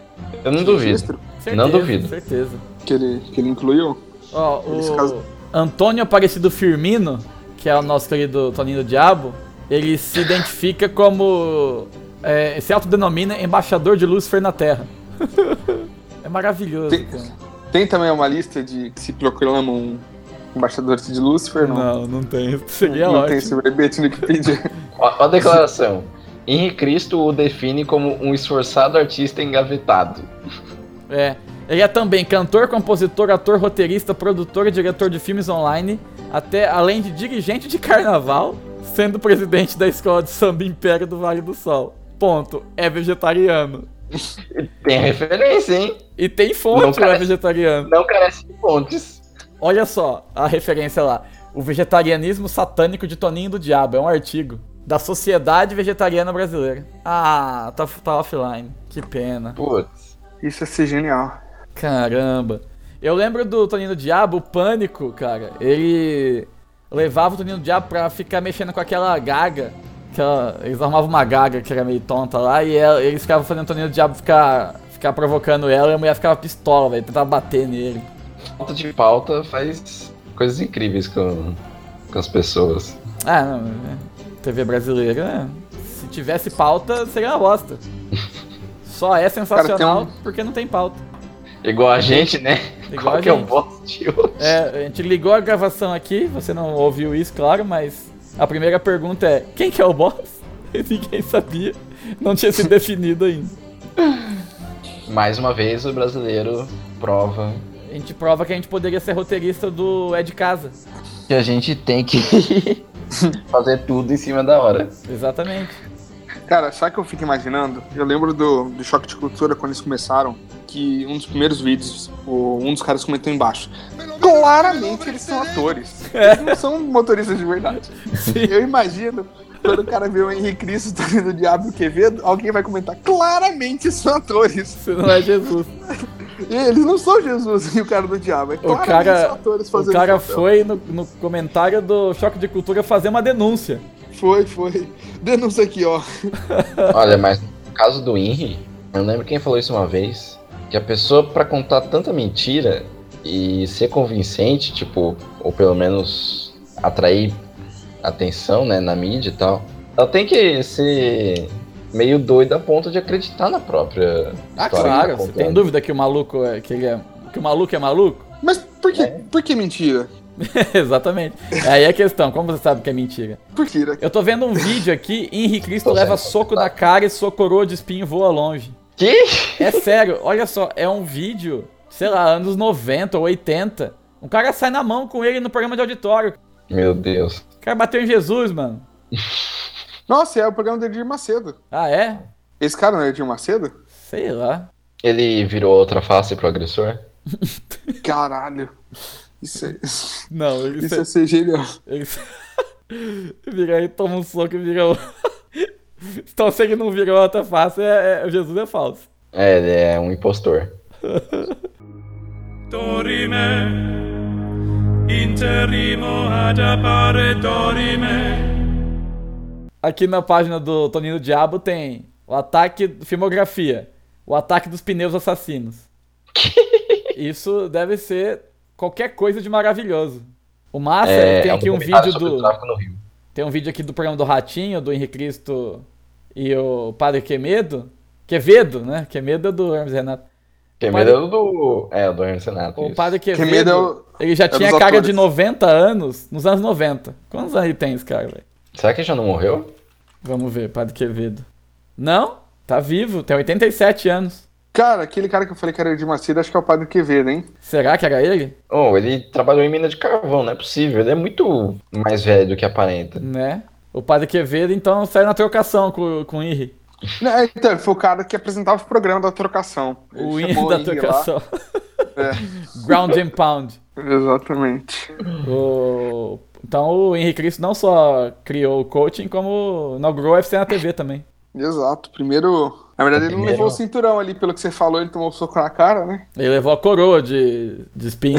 Eu não duvido. Não duvido. Certeza. Que ele, que ele incluiu? Ó, Nesse o caso- Antônio Aparecido Firmino, que é o nosso querido Toninho do Diabo, ele se identifica como. É, se autodenomina embaixador de Lúcifer na Terra. é maravilhoso, Tem- cara. Tem também uma lista de que se proclamam embaixadores de Lúcifer, não? Não, não tem. Seria não tem ótimo. esse verbete no Wikipedia. Ó, ó a declaração. Henri Cristo o define como um esforçado artista engavetado. É. Ele é também cantor, compositor, ator, roteirista, produtor e diretor de filmes online, até além de dirigente de carnaval, sendo presidente da escola de samba Império do Vale do Sol. Ponto. É vegetariano. Tem referência, hein? E tem fonte, Não o é parece. vegetariano. Não carece de fontes. Olha só a referência lá. O vegetarianismo satânico de Toninho do Diabo. É um artigo. Da Sociedade Vegetariana Brasileira. Ah, tá, tá offline. Que pena. Putz. Isso ia ser genial. Caramba. Eu lembro do Toninho do Diabo, o Pânico, cara. Ele levava o Toninho do Diabo pra ficar mexendo com aquela gaga. Aquela... Eles arrumavam uma gaga que era meio tonta lá e ela- eles ficavam fazendo o Toninho do Diabo ficar, ficar provocando ela e a mulher ficava pistola, velho. Tentava bater nele. Falta de pauta faz coisas incríveis com, com as pessoas. Ah, não. é. TV brasileira, é. se tivesse pauta, seria uma bosta. Só é sensacional Cara, porque não tem pauta. Igual a gente, né? Igual Qual a que é o gente. boss de hoje? É, a gente ligou a gravação aqui, você não ouviu isso, claro, mas a primeira pergunta é: quem que é o boss? Ninguém sabia, não tinha se definido ainda. Mais uma vez, o brasileiro prova A gente prova que a gente poderia ser roteirista do É de Casa. que a gente tem que fazer tudo em cima da hora. Exatamente. Cara, sabe o que eu fico imaginando? Eu lembro do, do Choque de Cultura, quando eles começaram, que um dos primeiros vídeos, o- um dos caras comentou embaixo. Claramente eles são atores. É. Eles não são motoristas de verdade. Eu imagino, quando o cara vê o Henrique Cristo tá vendo o Diabo e o Quevedo, alguém vai comentar, claramente são atores. Você não é Jesus. E eles não são Jesus e o cara do Diabo, é O claramente são cara, atores o fazendo cara papel. foi no, no comentário do Choque de Cultura fazer uma denúncia. Foi, foi. Denúncia aqui, ó. Olha, mas no caso do Henry, eu lembro quem falou isso uma vez, que a pessoa pra contar tanta mentira e ser convincente, tipo, ou pelo menos atrair atenção, né, na mídia e tal, ela tem que ser meio doida a ponto de acreditar na própria Ah, história que claro, tá você tem contando. dúvida que o maluco é, que ele é, que o maluco é maluco? Mas por que, É. por que mentira? Exatamente. Aí é a questão, como você sabe que é mentira? Por que, né? Eu tô vendo um vídeo aqui, Henri Cristo Tô leva certo. soco na cara e sua coroa de espinho voa longe. Que? É sério, olha só, é um vídeo, sei lá, anos 90 ou 80. Um cara sai na mão com ele no programa de auditório. Meu Deus. O cara bateu em Jesus, mano. Nossa, é o programa do Edir Macedo. Ah, é? Esse cara não é o Edir Macedo? Sei lá. Ele virou outra face pro agressor? Caralho. Isso, é, isso Não, ele, é ser genial. Ele vira aí, toma um soco e vira o. então, se ele não virou outra face, é, é- Jesus é falso. É, ele é um impostor. dorime interrimo ad appare dorime Aqui na página do Toninho do Diabo tem o ataque. Filmografia. O ataque dos pneus assassinos. Isso deve ser qualquer coisa de maravilhoso. O Massa É, tem é aqui um documentário vídeo sobre do. o tráfico no Rio. Tem um vídeo aqui do programa do Ratinho, do Henrique Cristo e o Padre Quemedo. Quevedo, né? Quemedo é do Hermes Renato. Que O medo é do. É, do Hermes Renato. O isso. Padre Quevedo, Quemedo é o- ele já é tinha dos cara atores. de 90 anos, nos anos 90. Quantos anos ele tem esse cara, velho? Será que ele já não morreu? Vamos ver, Padre Quevedo. Não, tá vivo, tem 87 anos. Cara, aquele cara que eu falei que era de Macedo, acho que é o Padre Quevedo, hein? Será que era ele? Oh, ele trabalhou em mina de carvão, não é possível. Ele é muito mais velho do que aparenta. Né? O Padre Quevedo, então, saiu na trocação com, com o Henri. Não, é, então, ele foi o cara que apresentava o programa da trocação. Ele O Henri chamou da Henri lá. trocação. É, Ground and Pound. exatamente. O- Então o Henrique Cristo não só criou o coaching, como inaugurou o UFC na TV também. Exato. Primeiro. Na verdade, ele não Primeiro- levou o cinturão ali, pelo que você falou, ele tomou o soco na cara, né? Ele levou a coroa de, de spin.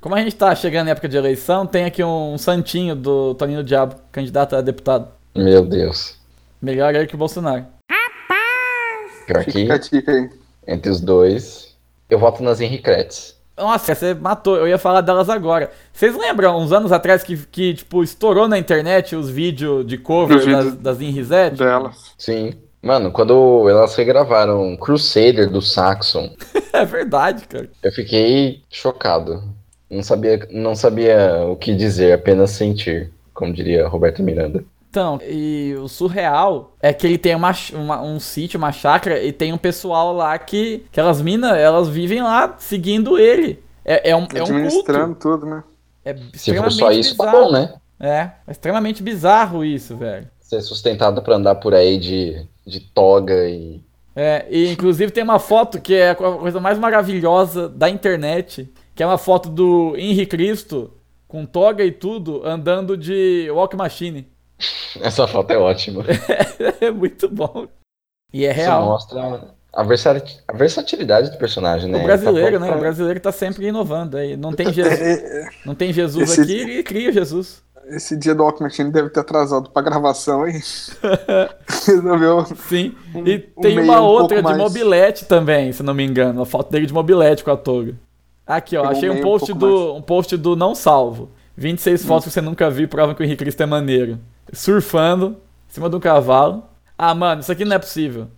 Como a gente tá chegando na época de eleição, tem aqui um santinho do Toninho Diabo, candidato a deputado. Meu Deus. Melhor ele que o Bolsonaro. Pior que Fica a dica aí. entre os dois, eu voto nas Henricretes. Nossa, você matou, eu ia falar delas agora. Vocês lembram, uns anos atrás, que, que tipo, estourou na internet os vídeos de cover Os vídeos das, das Inrisete? Delas. Sim. Mano, quando elas regravaram Crusader do Saxon, É verdade, cara. eu fiquei chocado. Não sabia, não sabia o que dizer, apenas sentir, como diria Roberto Miranda. Então, e o surreal é que ele tem uma, ch- uma- um sítio, uma chácara, e tem um pessoal lá que. Aquelas minas, elas vivem lá seguindo ele. É, é um, é um Administrando culto. tudo, né? É Se for extremamente só isso, tá bizarro. bom, né? É, é extremamente bizarro isso, velho. Ser sustentado pra andar por aí de, de toga e. É, e inclusive tem uma foto que é a co- coisa mais maravilhosa da internet, que é uma foto do Henri Cristo com toga e tudo andando de walk machine. Essa foto é ótima. é muito bom. E é Isso real. mostra a, versati- a versatilidade do personagem, né? O brasileiro, Ele tá né? pronto O pra- brasileiro tá sempre inovando aí. Não tem Jesus, não tem Jesus Esse- aqui, ele cria Jesus. Esse dia do Walk Machine deve ter atrasado pra gravação aí. Resolveu. Sim. Um- E um tem meio uma um outra de pouco mais- mobilete também, se não me engano. A foto dele de mobilete com a toga. Aqui, ó. Tem um achei um meio um post, pouco Hum. do, um post do Não Salvo. 26 fotos que você nunca viu e provam que o Henrique Cristo é maneiro. Surfando, em cima de um cavalo. Ah, mano, isso aqui não é possível.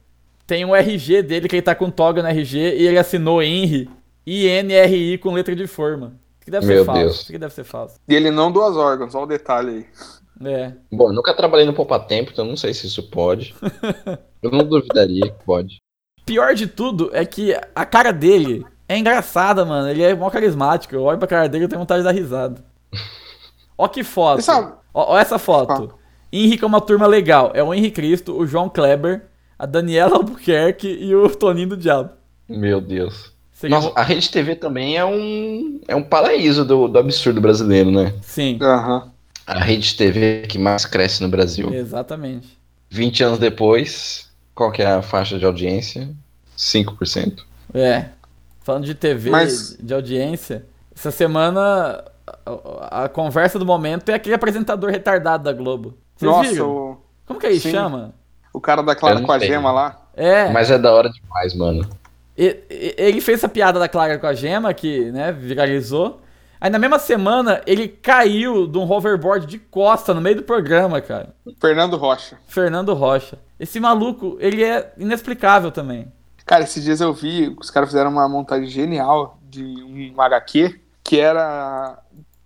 Tem um RG dele que ele tá com toga no RG e ele assinou Henri, INRI com letra de forma. Isso que deve ser Meu falso. Deus. Isso que deve ser falso. E ele não doas órgãos, olha o detalhe aí. É. Bom, eu nunca trabalhei no Poupa Tempo, então eu não sei se isso pode. Eu não duvidaria que pode. Pior de tudo é que a cara dele é engraçada, mano. Ele é mó carismático. Eu olho pra cara dele e tenho vontade de dar risada. Ó que foto. Essa- Ó, ó essa foto. Henrique é uma turma legal. É o Henrique Cristo, o João Kleber, a Daniela Albuquerque e o Toninho do Diabo. Meu Deus. Seria Nossa, um- a Rede TV também é um, é um paraíso do, do absurdo brasileiro, né? Sim, Aham. A Rede TV que mais cresce no É. Brasil. exatamente. 20 anos depois, qual que é a faixa de audiência? 5%. É. Falando de TV, Mas- de audiência, essa semana a, a conversa do momento é aquele apresentador retardado da Globo. Vocês Nossa, viram? o, Como que ele Sim. chama? o cara da Eu Clara não com a sei. gema lá. É. Mas é da hora demais, mano. E- e- Ele fez essa piada da Clara com a Gema, que, né, viralizou. Aí na mesma semana, ele caiu de um hoverboard de costa no meio do programa, cara. Fernando Rocha. Fernando Rocha. Esse maluco, ele é inexplicável também. Cara, esses dias eu vi, os caras fizeram uma montagem genial de um HQ, que era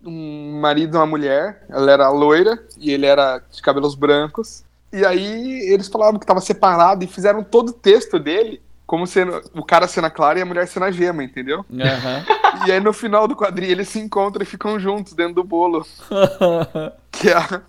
um marido e uma mulher, ela era loira e ele era de cabelos brancos. E aí eles falavam que tava separado e fizeram todo o texto dele como sendo o cara sendo a Clara e a mulher sendo a Gema, entendeu? E aí no final do quadrinho eles se encontram e ficam juntos dentro do bolo. Que é,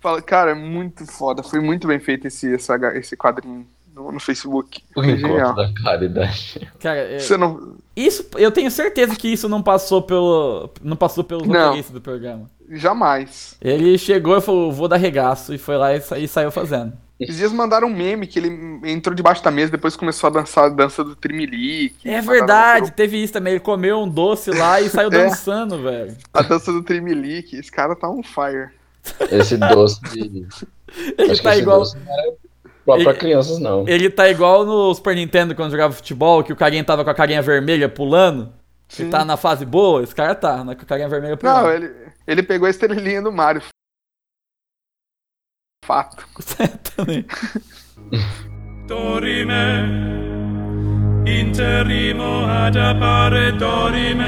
fala, cara, é muito foda, foi muito bem feito esse, esse, H- esse quadrinho no, no Facebook. É O né? Foi encontro genial. da caridade. Cara, é- Você não, isso, eu tenho certeza que isso não passou pelo, não passou pelos Não. roteiristas do programa. jamais. Ele chegou e falou, vou dar regaço, e foi lá e, sa- e saiu fazendo. Esses dias mandaram um meme que ele entrou debaixo da mesa, depois começou a dançar a dança do Trimilique. É Mandaram verdade, um- teve isso também. Ele comeu um doce lá e saiu É. dançando, velho. A dança do Trimilique. Esse cara tá on fire. Esse doce de. Ele Acho que tá esse igual. doce não era pra, pra Ele- crianças, não. Ele tá igual no Super Nintendo quando jogava futebol, que o carinha tava com a carinha vermelha pulando. Ele tá na fase boa, esse cara tá, na carinha vermelha por Não, é- lá. ele, ele pegou a estrelinha do Mario. Fato. Também. dorime interrimo ad appare dorime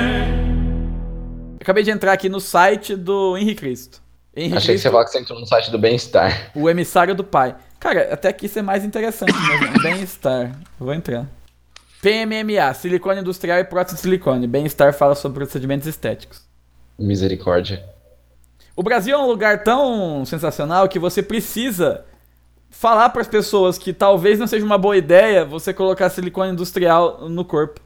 Acabei de entrar aqui no site do Henri Cristo. Henri Achei que você Cristo, ia falar que você entrou no site do Bem-Estar. o emissário do pai. Cara, até aqui isso é mais interessante mesmo. né? Bem-estar. Vou entrar. PMMA, silicone industrial e prótese de silicone. Bem-estar fala sobre procedimentos estéticos. Misericórdia. O Brasil é um lugar tão sensacional que você precisa falar para as pessoas que talvez não seja uma boa ideia você colocar silicone industrial no corpo.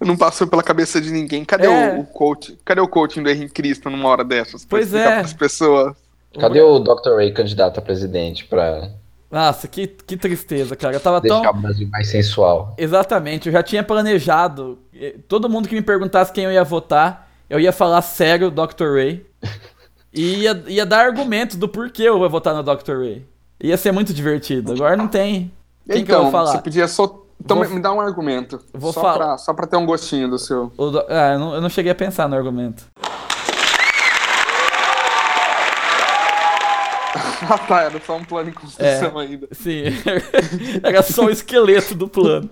Não passou pela cabeça de ninguém. Cadê É. o, o coach? Cadê o coaching do Henrique Cristo numa hora dessas? Pois é. As pessoas. Cadê o Dr. Ray candidato a presidente pra Nossa, que, que tristeza, cara. Eu tava deixar tão. o Brasil mais sensual? Exatamente, eu já tinha planejado. Eh, Todo mundo que me perguntasse quem eu ia votar, eu ia falar sério Dr. Ray. E ia, ia dar argumentos do porquê eu vou votar no Dr. Ray. Ia ser muito divertido. Agora não tem. Quem que eu então, vou falar? você podia só. Então Vou- me dá um argumento. Vou só, falar. pra, só pra ter um gostinho do seu. O do- Ah, eu não, eu não cheguei a pensar no argumento. Ah, tá, era só um plano em É. construção ainda. Sim, era só o esqueleto do plano.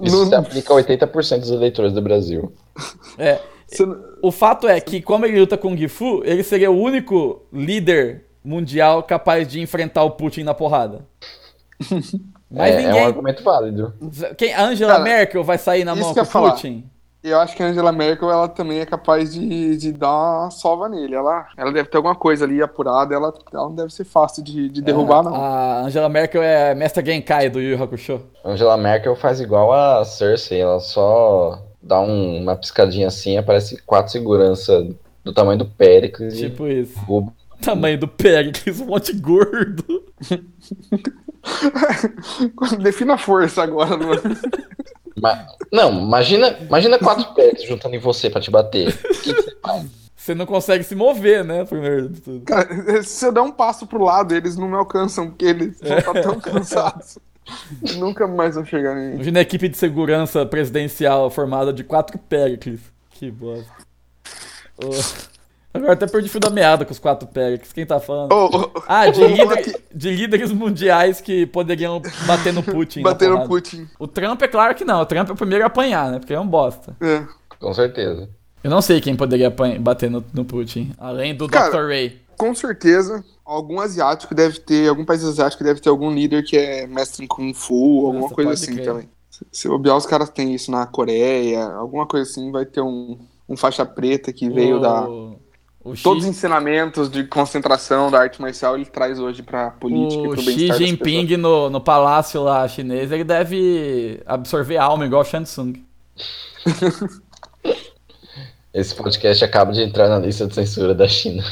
Isso Não- se aplica a 80% dos eleitores do Brasil. É. você não- O fato é que, como ele luta com o Gifu, ele seria o único líder mundial capaz de enfrentar o Putin na porrada. Mas É, é um ninguém. argumento válido. Quem, a Angela Cara, Merkel vai sair na isso mão que com eu o ia falar. Putin? Eu acho que a Angela Merkel ela também é capaz de, de dar uma sova nele. Ela, ela deve ter alguma coisa ali apurada. Ela, ela não deve ser fácil de, É. de derrubar, Ah, não. A Angela Merkel é a mestra Genkai do Yu Yu Hakusho. Angela Merkel faz igual a Cersei, ela só dá um- uma piscadinha assim, aparece quatro segurança do tamanho do Péricles e Tipo isso. derruba. Tamanho do Pericles, um monte gordo. Defina a força agora, Luan. Ma- Não, imagina, imagina quatro Péricles juntando em você pra te bater. O que que você faz? Você não consegue se mover, né? Primeiro de tudo. Cara, se eu der um passo pro lado, eles não me alcançam, porque eles vão estar tão cansados. Nunca mais vão chegar em mim. Imagina a equipe de segurança presidencial formada de quatro Pericles. Que bosta. Ô, Agora até perdi o fio da meada com os quatro Pericles. Quem tá falando? Ô, ô, ô, Ah, de, vamos falar líder- de líderes mundiais que poderiam bater no Putin. na Bater no porrada. Putin. O Trump é claro que não. O Trump é o primeiro a apanhar, né? Porque é um bosta. É. Com certeza. Eu não sei quem poderia apan- bater no, no Putin. Além do Cara, Dr. Ray. Com certeza, algum asiático deve ter, algum país asiático deve ter algum líder que é mestre em Kung Fu, alguma Nossa, coisa pode assim crer. também. Se- Se bobear, os caras têm isso na Coreia, alguma coisa assim, vai ter um, um faixa preta que veio da. O, o Xi, Todos os ensinamentos de concentração da arte marcial ele traz hoje pra política o e pro Xi bem-estar das pessoas. Jinping no, no palácio lá chinês, ele deve absorver alma igual o Shansung. Esse podcast acaba de entrar na lista de censura da China.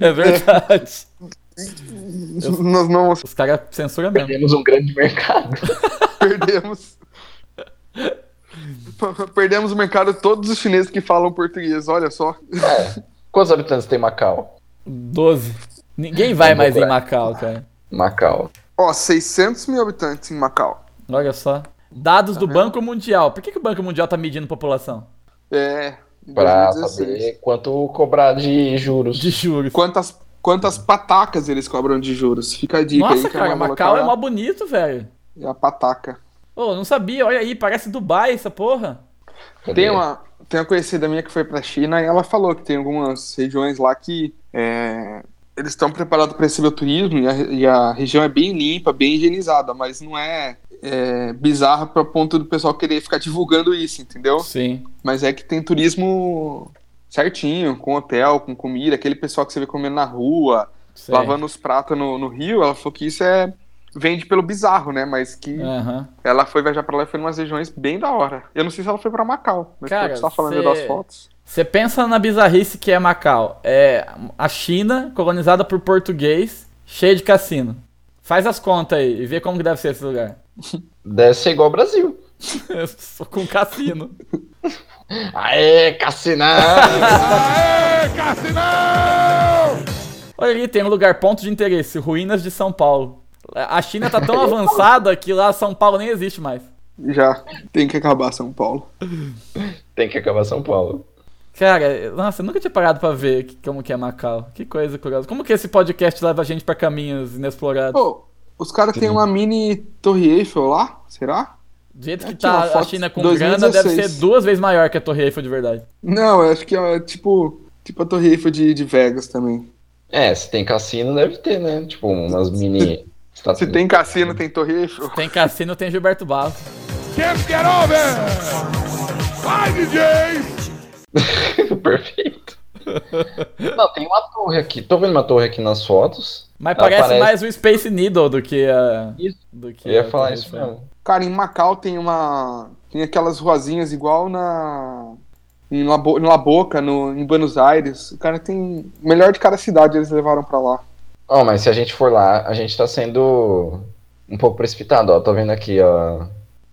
É verdade. Nós não Os caras censuram mesmo. Perdemos um grande mercado. perdemos. perdemos o mercado todos os chineses que falam português, olha só. É. Quantos habitantes tem Macau? 12. Ninguém vai Vamos mais em procurar. Macau, cara. Macau. Ó, 600 mil habitantes em Macau. Olha só. Dados do Banco Mundial. Por que, que o Banco Mundial tá medindo população? É, em Pra 2016. saber quanto cobrar de juros. De juros. Quantas, quantas patacas eles cobram de juros? Fica a dica aí. Nossa, que cara, é uma Macau é mó local- bonito, velho. é a pataca. Ô, não sabia, olha aí, parece Dubai essa porra. Cadê? Tem uma, tem uma conhecida minha que foi pra China e ela falou que tem algumas regiões lá que é, eles estão preparados para receber o turismo e a, e a região é bem limpa, bem higienizada, mas não é, é bizarra pra ponto do pessoal querer ficar divulgando isso, entendeu? Sim. Mas é que tem turismo certinho, com hotel, com comida, aquele pessoal que você vê comendo na rua, sei. lavando os pratos no, no Rio, ela falou que isso é. Vende pelo bizarro, né? Mas que Aham. ela foi viajar pra lá e foi em umas regiões bem da hora. Eu não sei se ela foi pra Macau, mas Cara, Cara, você tá falando cê- das fotos. Você pensa na bizarrice que é Macau. É a China, colonizada por português, cheia de cassino. Faz as contas aí e vê como que deve ser esse lugar. Deve ser igual ao Brasil. Com cassino. Aê, Cassinão! Olha ali, tem um lugar, ponto de interesse, ruínas de São Paulo. A China tá tão avançada que lá São Paulo nem existe mais. Já tem que acabar São Paulo. Tem que acabar São Paulo. Cara, nossa, eu nunca tinha parado pra ver que- como que é Macau. Que coisa curiosa. Como que esse podcast leva a gente pra caminhos inexplorados? Pô, os caras têm uma mini Torre Eiffel lá, será? Do jeito que aqui, tá ó, a foto China com grana, 2016. deve ser duas vezes maior que a Torre Eiffel de verdade. Não, eu acho que é tipo, tipo a Torre Eiffel de, de Vegas também. É, se tem cassino, deve ter, né? Tipo, umas mini. Se tem cassino, tem Torre Eiffel. Tem cassino, tem Gilberto Barros. Perfeito. Não, tem uma torre aqui. Tô vendo uma torre aqui nas fotos. Mas Ela parece, parece- mais o Space Needle do que a. Isso. Do que Eu ia a falar Torre isso Eiffel. mesmo. Cara, em Macau tem uma. Tem aquelas ruazinhas igual na. Em La, Bo- em La Boca, no, em Buenos Aires. O cara tem. o Melhor de cada cidade eles levaram pra lá. Ó, mas se a gente for lá, a gente tá sendo um pouco precipitado, ó. Tô vendo aqui, ó.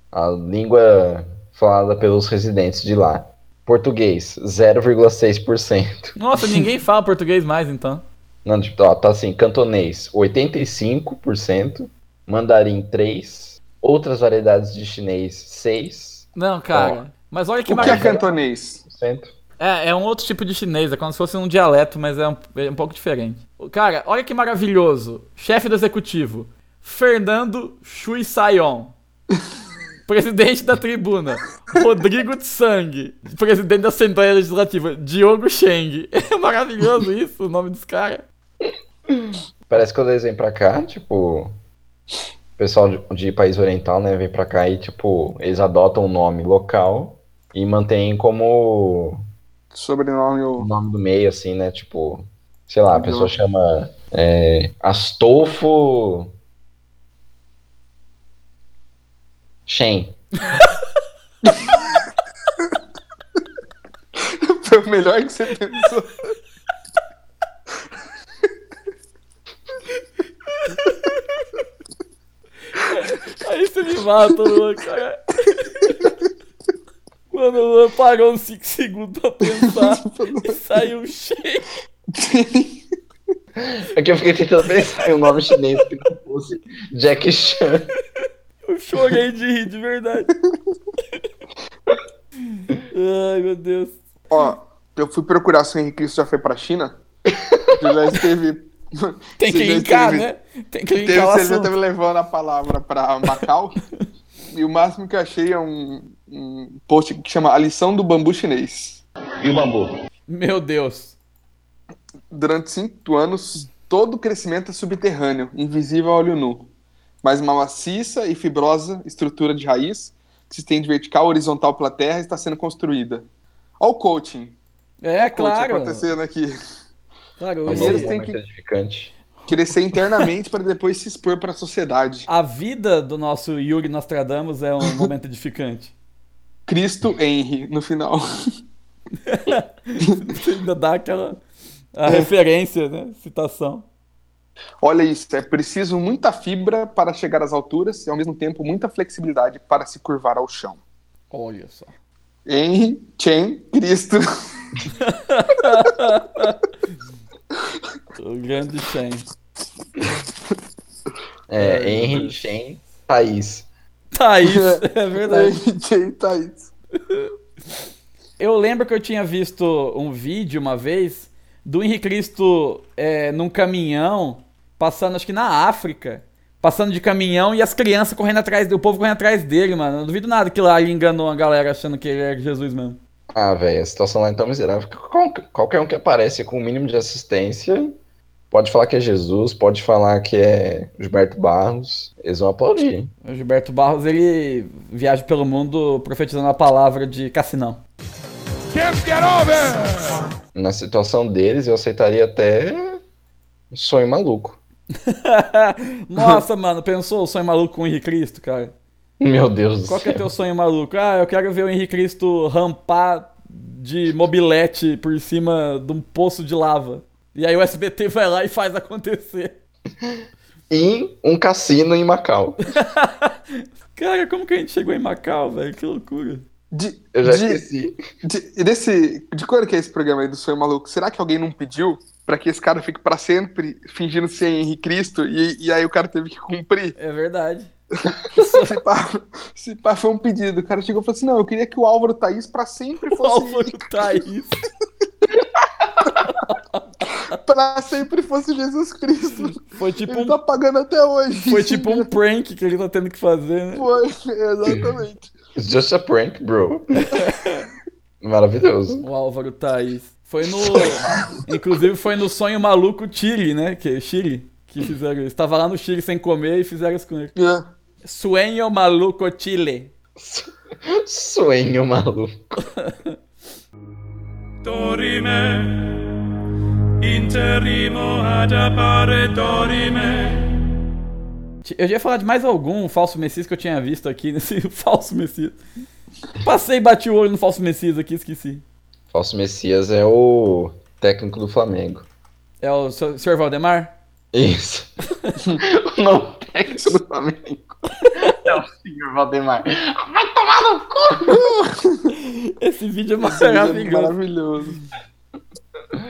A língua falada pelos residentes de lá. Português, 0,6%. Nossa, ninguém fala português mais então. Não, tipo, ó, tá assim, cantonês, 85%, mandarim, 3%, outras variedades de chinês, 6%. Não, cara. Mas olha que O que é maravilha. cantonês? É, é um outro tipo de chinês, é como se fosse um dialeto, mas é um, é um pouco diferente. O Cara, olha que maravilhoso. Chefe do executivo, Fernando Chui Sayon. Presidente da tribuna, Rodrigo Tsang. Presidente da Assembleia Legislativa, Diogo Cheng. É maravilhoso isso, o nome dos caras. Parece que quando eles vêm pra cá, tipo. O pessoal de, de país oriental, né, vem pra cá e, tipo, eles adotam o nome local e mantêm como Sobrenome. o o- nome do meio, assim, né? Tipo, sei lá, a pessoa Não. chama é, Astolfo. Shen. Foi o melhor que você pensou. Aí você me mata, Luan, cara. Mano, o Luan parou uns 5 segundos pra pensar e saiu cheio. É que eu fiquei tentando pensar em um nome chinês que não fosse Jack Chan. Eu chorei de rir, de verdade. Ai, meu Deus. Ó, eu fui procurar se o Henrique Cristo já foi pra China. Ele teve. Tem que Você já linkar, teve- né? Tem que Teve, linkar o você já assunto. teve levando a palavra pra Macau. e o máximo que eu achei é um, um post que chama A Lição do Bambu Chinês. E o bambu? Meu Deus. Durante cinco anos, todo o crescimento é subterrâneo, invisível a olho nu. Mas uma maciça e fibrosa estrutura de raiz, que se estende vertical horizontal pela terra, está sendo construída. Olha o coaching. É, Coaching claro. acontecendo aqui. Claro, Uma isso- Primeiro boa, tem mas é que- gratificante. Crescer internamente para depois se expor para a sociedade. A vida do nosso Yuri Nostradamus é um momento edificante. Cristo Henry, no final. Você ainda dá aquela a referência, né? Citação. Olha isso, é preciso muita fibra para chegar às alturas e ao mesmo tempo muita flexibilidade para se curvar ao chão. Olha só. Henry, Chen, Cristo. O grande Shen. É, Ai, meu Henry, Deus. Shen, Thaís. Thaís, é verdade. Henry, Chen, Thaís. Eu lembro que eu tinha visto um vídeo uma vez do Henrique Cristo é, num caminhão, passando, acho que na África, passando de caminhão e as crianças correndo atrás dele, o povo correndo atrás dele, mano. Eu Não duvido nada que lá ele enganou a galera achando que ele era Jesus mesmo. Ah, velho, a situação lá é tão miserável. que qual- Qualquer um que aparece com o mínimo de assistência pode falar que é Jesus, pode falar que é Gilberto Barros. Eles vão aplaudir. O Gilberto Barros, ele viaja pelo mundo profetizando a palavra de Cassinão. Na situação deles, eu aceitaria até um sonho maluco. Nossa, mano, pensou o sonho maluco com o Henrique Cristo, cara? Meu Deus do Qual que é céu. teu sonho maluco? Ah, eu quero ver o Henrique Cristo rampar de mobilete por cima de um poço de lava. E aí o SBT vai lá e faz acontecer. E um cassino em Macau. Cara, como que a gente chegou em Macau, velho? Que loucura. De, Eu já de, esqueci. de, desse, de quando que é esse programa aí do Sonho Maluco? Será que alguém não pediu para que esse cara fique para sempre fingindo ser Henry Cristo e, e aí o cara teve que cumprir? É verdade. se, pá, se pá foi um pedido. O cara chegou e falou assim: não, eu queria que o Álvaro Thaís pra sempre O fosse. Álvaro Thaís. pra sempre fosse Jesus Cristo. Foi tipo, ele um, tá pagando até hoje. foi tipo um prank que ele tá tendo que fazer, né? Foi, exatamente. It's just a prank, bro. Maravilhoso. O Álvaro Thaís. Foi no. Inclusive foi no Sonho Maluco Chile, né? Que Chile. Que fizeram isso. Tava lá no Chile sem comer e fizeram isso com ele. É. Sueño Maluco Chile. Sonho maluco. dorime interrimo ad appare dorime Eu já ia falar de mais algum falso Messias que eu tinha visto aqui nesse falso Messias. Passei e bati o olho no falso Messias aqui, esqueci. Falso Messias é o técnico do Flamengo. É o Sr. Sr. Valdemar? Isso. o novo técnico do Flamengo. É o senhor Valdemar. Vai tomar no cu! Esse vídeo é maravilhoso. Maravilhoso.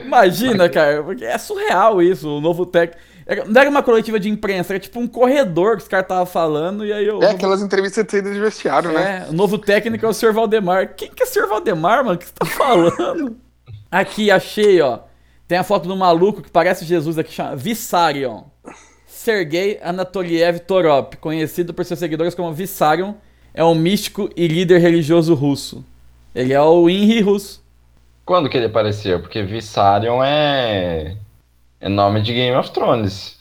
Imagina, cara, porque é surreal isso, o novo técnico. Era- Não era uma coletiva de imprensa, era tipo um corredor que os caras estavam falando e aí eu. É aquelas entrevistas de saída de vestiário, né? É, o novo técnico é o Sr. Valdemar. Quem que é o Sr. Valdemar, mano? O que você tá falando? Aqui, achei, ó. Tem a foto do maluco que parece Jesus aqui, chama Vissarion. Sergei Anatoliev Torop, conhecido por seus seguidores como Vissarion, é um místico e líder religioso russo. Ele é o Inri russo. Quando que ele apareceu? Porque Vissarion é. É nome de Game of Thrones.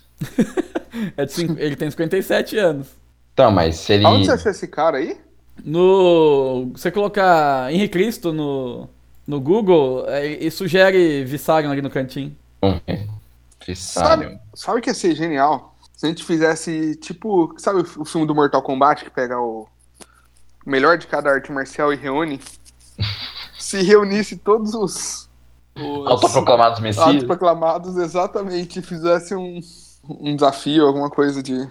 É de cinco- ele tem 57 anos. Então, mas se ele. Aonde você achou esse cara aí? No. Você colocar Henri Cristo no, no Google, é, e sugere Vissarion ali no cantinho. Vamos ver. um Vissarion. Sabe o que ia ser genial? Se a gente fizesse, tipo, sabe o o filme do Mortal Kombat que pega o melhor de cada arte marcial e reúne? Se reunisse todos os, os Autoproclamados Messias. autoproclamados, exatamente, e fizesse um, um desafio, alguma coisa de.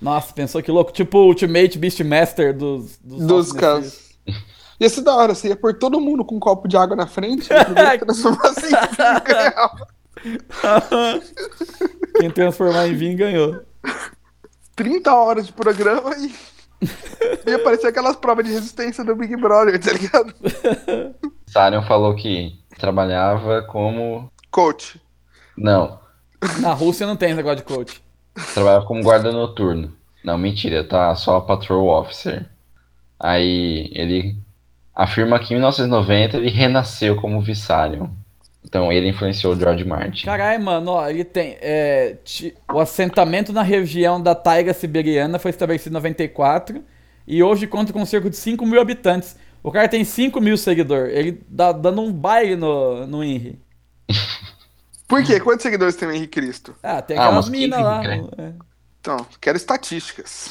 Nossa, pensou que louco? Tipo o Ultimate Beastmaster dos... Dos, Dos Falsos caras. Ia ser da hora, você ia pôr todo mundo com um copo de água na frente e a primeira transformação em ganhava. Messias. Quem transformar em vinho ganhou. 30 horas de programa e. Ia parecer aquelas provas de resistência do Big Brother, tá ligado? Vissarion falou que trabalhava como. Coach. Não, Na Rússia não tem esse negócio de coach. trabalhava como guarda noturno. Não, mentira, tá só patrol officer. Aí ele afirma que em 1990 ele renasceu como Vissarion. Então ele influenciou o George Martin. Caralho, mano, ó, ele tem... é, ti- o assentamento na região da taiga siberiana foi estabelecido em 94 e hoje conta com cerca de 5 mil habitantes. O cara tem 5 mil seguidores. Ele dá dando um baile no, no Henry. Por quê? Quantos seguidores tem o Henrique Cristo? Ah, tem Ah, aquelas umas minas 15 lá. mil, é. Então, quero estatísticas.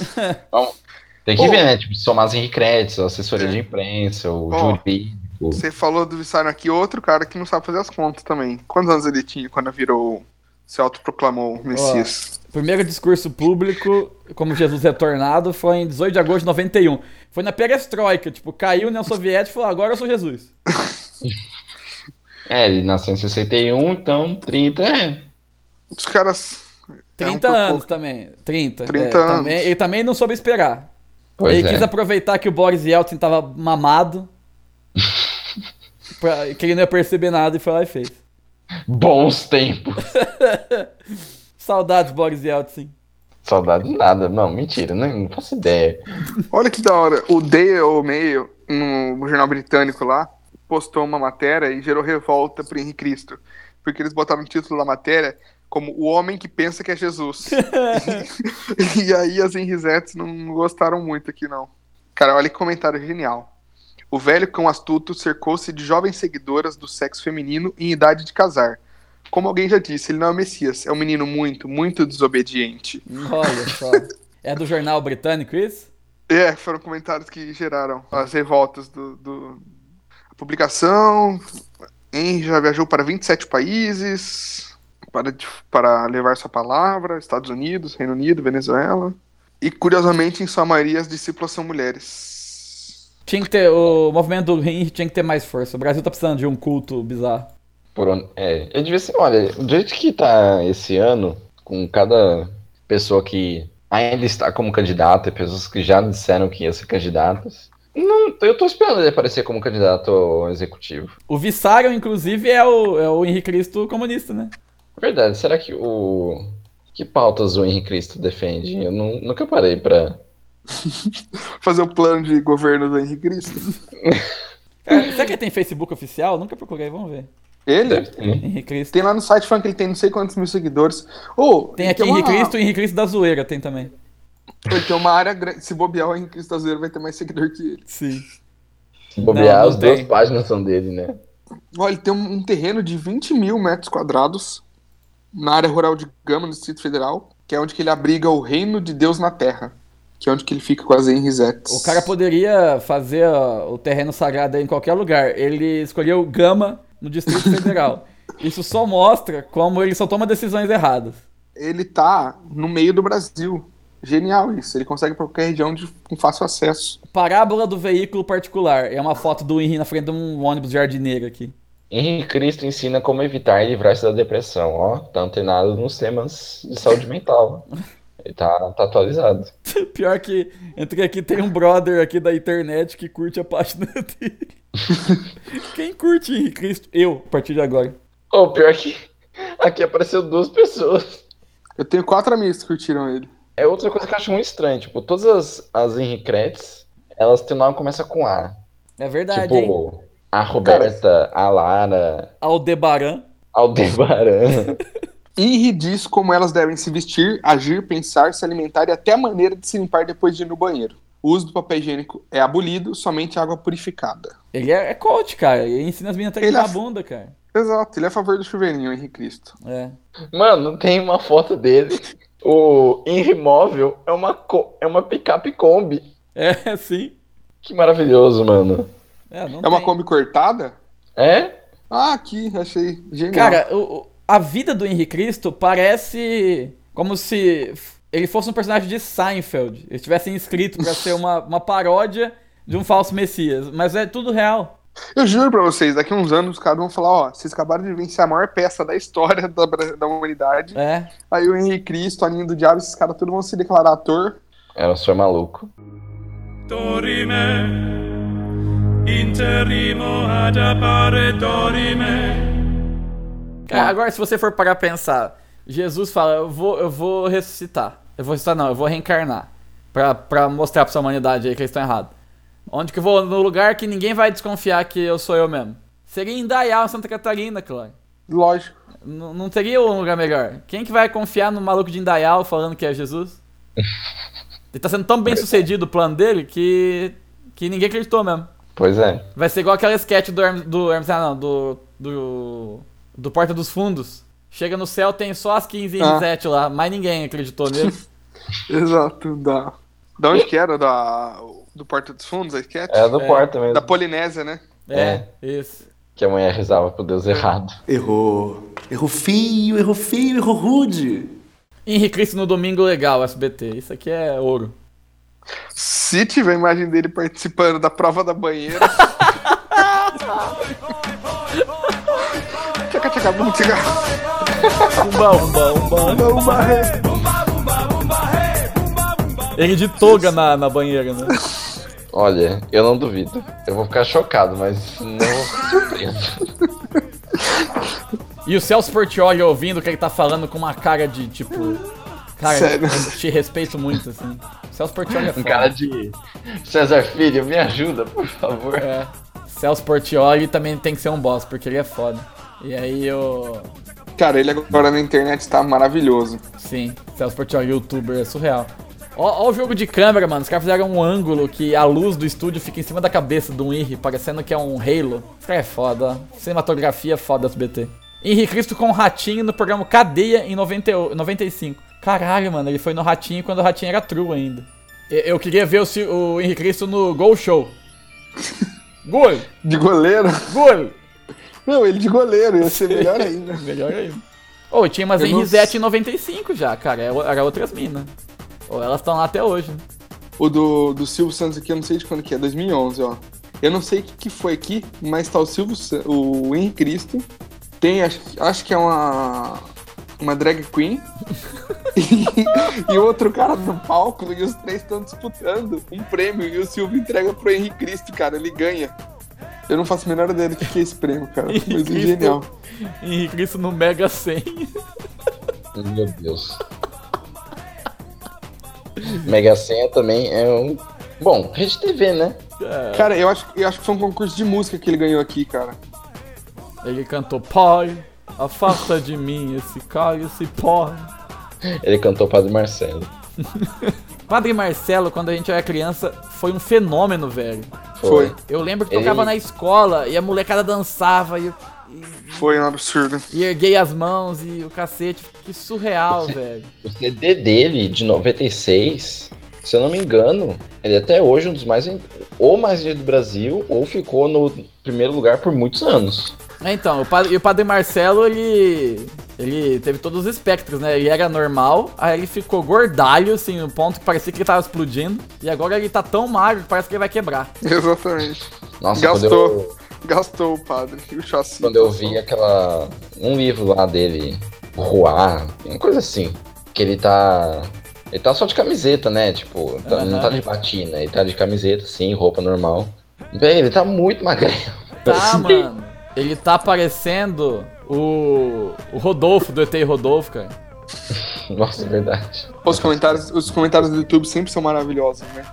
Tem que Ô. É. ver, né? Tipo, somar as Henri Créditos, a assessoria de imprensa, o Ó. jurídico. Você falou do Vissário aqui, outro cara que não sabe fazer as contas também. Quantos anos ele tinha quando virou. Se autoproclamou Messias? Primeiro discurso público, como Jesus retornado, foi em 18 de agosto de 91. Foi na perestroika, tipo, caiu a União Soviética e falou, agora eu sou Jesus. É, ele nasceu em 61, então 30 é. Os caras. é um 30 por anos pouco. também. 30. 30 anos. também- ele também não soube esperar. Pois ele é. quis aproveitar que o Boris Yeltsin tava mamado, pra- que ele não ia perceber nada e foi lá e fez. Bons tempos. Saudades, Boris Yeltsin. Saudade de nada. Não, mentira, não, não faço ideia. Olha que da hora. O Daily Mail, no jornal britânico lá, postou uma matéria e gerou revolta pro Henrique Cristo. Porque eles botaram o título da matéria como O Homem que Pensa que é Jesus. e aí as Henrizettes não gostaram muito aqui, não. Cara, olha que comentário genial. O velho cão astuto cercou-se de jovens seguidoras do sexo feminino em idade de casar. Como alguém já disse, ele não é o Messias, é um menino muito, muito desobediente. Olha só. É do jornal britânico isso? É, foram comentários que geraram as revoltas do. do- A publicação. Henry já viajou para 27 países para, dif- para levar sua palavra, Estados Unidos, Reino Unido, Venezuela. E curiosamente, em sua maioria, as discípulas são mulheres. Tinha que ter, o movimento do Henry tinha que ter mais força. O Brasil tá precisando de um culto bizarro. Por onde... É, eu devia ser, olha, do jeito que tá esse ano, com cada pessoa que ainda está como candidato, e pessoas que já disseram que ia ser candidatas. Não, eu tô esperando ele aparecer como candidato ao executivo. O Vissarion, inclusive, é o, é o Henrique Cristo comunista, né? É Verdade, será que o. Que pautas o Henrique Cristo defende? Eu nu- nunca parei pra. Fazer o plano de governo do Henrique Cristo. É, Será que ele tem Facebook oficial? Nunca procurei, vamos ver. Ele? Henrique Cristo. É. Tem lá no site falando que ele tem não sei quantos mil seguidores. Ô, Tem ele aqui uma- Henrique Cristo e Henrique Cristo da zoeira, tem também. Ele tem uma área grande. Se bobear, o Henrique Cristo Azevedo vai ter mais seguidor que ele. Sim. Se Bobear, Não, não as duas tem. páginas são dele, né? Olha, ele tem um, um terreno de 20 mil metros quadrados na área rural de Gama, no Distrito Federal, que é onde que ele abriga o reino de Deus na Terra, que é onde que ele fica quase em Risetes. O cara poderia fazer ó, o terreno sagrado aí em qualquer lugar. Ele escolheu Gama no Distrito Federal. Isso só mostra como ele só toma decisões erradas. Ele tá no meio do Brasil. Genial isso. Ele consegue pra qualquer região de, com fácil acesso. Parábola do veículo particular. É uma foto do Henri na frente de um ônibus jardineiro aqui. Henrique Cristo ensina como evitar e livrar-se da depressão, ó. Tá antenado nos temas de saúde mental. Ele tá, tá atualizado. Pior que entre aqui tem um brother aqui da internet que curte a página dele. Quem curte Henri Cristo? Eu, a partir de agora. Ô, pior que aqui apareceu duas pessoas. Eu tenho quatro amigos que curtiram ele. É outra coisa que eu acho muito estranho, tipo, todas as, as Henriquetes, elas têm nome que começa com A. É verdade, hein? tipo, a Roberta, a Lara, Aldebaran. Aldebaran. Henri diz como elas devem se vestir, agir, pensar, se alimentar e até a maneira de se limpar depois de ir no banheiro. O uso do papel higiênico é abolido, somente água purificada. Ele é, é coach, cara. Ele ensina as meninas a Ele treinar a é- bunda, cara. Exato, ele é a favor do chuveirinho, Henri Cristo. É. Mano, tem uma foto dele. O Henry Móvel é uma, co- é uma picape Kombi. É, sim. Que maravilhoso, mano. É, não É uma tem. Kombi cortada? É? Ah, aqui, achei genial. Cara, o- o- a vida do Henrique Cristo parece como se f- ele fosse um personagem de Seinfeld. Ele tivesse inscrito pra ser uma, uma paródia de um falso Messias. Mas é tudo real. eu juro pra vocês, daqui a uns anos os caras vão falar, ó, vocês acabaram de vencer a maior peça da história da, Bra- da humanidade. É. Aí o Henri Cristo, a Aninha do Diabo, esses caras todos vão se declarar ator. Era só maluco. dorime interrimo ad appare dorime Cara, É, agora, se você for parar pra pensar, Jesus fala: eu vou, eu vou ressuscitar. Eu vou ressuscitar, não, eu vou reencarnar. Pra, pra mostrar pra essa humanidade aí que eles estão errados. Onde que eu vou? No lugar que ninguém vai desconfiar que eu sou eu mesmo. Seria em Indaial, Santa Catarina, claro. Lógico. N- não teria um lugar melhor. Quem que vai confiar no maluco de Indaial falando que é Jesus? Ele tá sendo tão bem sucedido o plano dele que. que ninguém acreditou mesmo. Pois é. Vai ser igual aquela sketch do Hermes, do Hermes ah, não, do, do. do Porta dos Fundos. Chega no céu, tem só as 15 e Ah. 17 lá, mas ninguém acreditou nele. Exato, da... Da onde que era? Da... Do Porta dos Fundos, a sketch? Era É do porta mesmo. Da Polinésia, né? é, isso. Que a mulher rezava pro É. Deus errado. Errou. Errou feio, errou feio, errou rude. Henrique Cristo no Domingo Legal, SBT. Isso aqui é ouro. Se tiver a imagem dele participando da prova da banheira. tchaca, tchaca, bum, tchaca. Umba, umba, umba, umba, umba, ré. Ele de toga na, na banheira, né? Olha, eu não duvido. Eu vou ficar chocado, mas não vou ficar surpreso. E o Celso Portioli ouvindo o que ele tá falando com uma cara de tipo. Cara, Sério? eu te respeito muito, assim. O Celso Portioli é Um foda. cara de. César Filho, me ajuda, por favor. É. Celso Portioli também tem que ser um boss, porque ele é foda. E aí eu. Cara, ele agora na internet tá maravilhoso. Sim, Celso Portioli, youtuber, é surreal. Ó, ó o jogo de câmera, mano. Os caras fizeram um ângulo que a luz do estúdio fica em cima da cabeça do Henry, parecendo que é um Halo. Esse cara é foda. ó. Cinematografia é foda, SBT. Henry Cristo com o Ratinho no programa Cadeia em 90, e- 95. Caralho, mano, ele foi no Ratinho quando o Ratinho era true ainda. E- Eu queria ver o, Ci- o Henry Cristo no Gol Show. Gol! De goleiro? Gol! Não, ele de goleiro, ia ser melhor ainda. Melhor ainda. Ô, tinha umas Eu não- Henrizete em 95 já, cara. Era era outras minas. Ou elas estão lá até hoje. né? O do, do Silvio Santos aqui, eu não sei de quando que é, 2011, ó. Eu não sei o que, que foi aqui, mas tá o Silvio San- o Henrique Cristo. Tem, acho, que- acho que é uma, uma drag queen. E, e outro cara no palco, e os três estão disputando um prêmio, e o Silvio entrega pro Henrique Cristo, cara, ele ganha. Eu não faço a menor ideia do que que é esse prêmio, cara, mas é Cristo. genial. Henrique isso no Mega 100. Meu Deus. Mega Senha também é um. Bom, Rede TV, né? É, Cara, eu acho, eu acho que foi um concurso de música que ele ganhou aqui, cara. ele cantou Pai, afasta de mim esse cara e esse pó. Ele cantou Padre Marcelo. Padre Marcelo, quando a gente era criança, foi um fenômeno, velho. Foi, Eu lembro que Ele- tocava na escola e a molecada dançava e, foi um absurdo. e erguei as mãos e o cacete. Que surreal, velho. O CD dele, de 96, se eu não me engano, ele é até hoje um dos mais. ven- Ou mais vendido do Brasil, ou ficou no primeiro lugar por muitos anos. É, Então, o padre, e o padre Marcelo, ele. Ele teve todos os espectros, né? Ele era normal, aí ele ficou gordalho, assim, no ponto que parecia que ele tava explodindo. E agora ele tá tão magro que parece que ele vai quebrar. Exatamente. Nossa, Gastou. quando eu, Gastou o padre e o chassi. quando eu vi aquela. um livro lá dele, Ruá, uma coisa assim. Que ele tá. Ele tá só de camiseta, né? Tipo, tá- não tá de batina, ele tá de camiseta, sim, roupa normal. Velho, ele tá muito magrelo. Tá, mano. Ele tá parecendo o. O Rodolfo, do ET Rodolfo, cara. Nossa, é verdade. Os comentários, os comentários do YouTube sempre são maravilhosos, né?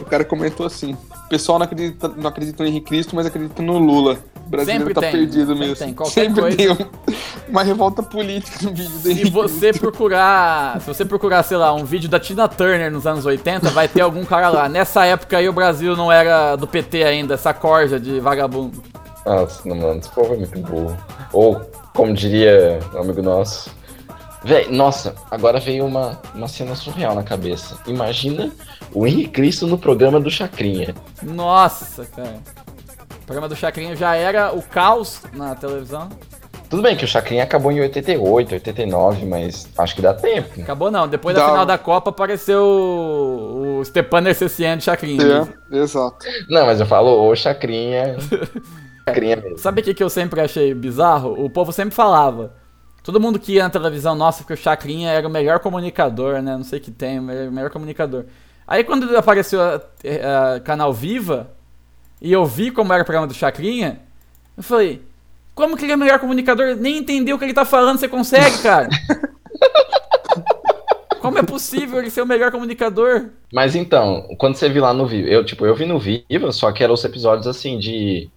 O cara comentou assim: o pessoal não acredita, não acredita no Henrique Cristo, mas acredita no Lula. O brasileiro Sempre tá tem, perdido sempre mesmo. tem, qualquer coisa. tem um- uma revolta política no vídeo do Se Henrique você procurar. Se você procurar, sei lá, um vídeo da Tina Turner nos anos 80, vai ter algum cara lá. Nessa época aí o Brasil não era do PT ainda, essa corja de vagabundo. Nossa, não, mano, esse povo é muito burro. Ou, como diria um amigo nosso. Véi, nossa, agora veio uma, uma cena surreal na cabeça. Imagina o Henrique Cristo no programa do Chacrinha. Nossa, cara. O programa do Chacrinha já era o caos na televisão. Tudo bem que o Chacrinha acabou em 88, 89, mas acho que dá tempo. Acabou não. Depois da Dá. um- final da Copa apareceu o, o Stepan Nercessian de Chacrinha. É, exato. Não, mas eu falo, ô Chacrinha. Chacrinha mesmo. Sabe o que, que eu sempre achei bizarro? O povo sempre falava. Todo mundo que ia na televisão, nossa, que o Chacrinha era o melhor comunicador, né? Não sei o que tem, mas o melhor comunicador. Aí quando apareceu a, a- Canal Viva, e eu vi como era o programa do Chacrinha, eu falei, como que ele é o melhor comunicador? Nem entendeu o que ele tá falando, você consegue, cara? como é possível ele ser o melhor comunicador? Mas então, quando você viu lá no Viva, eu, tipo, eu vi no Viva, só que eram os episódios assim de.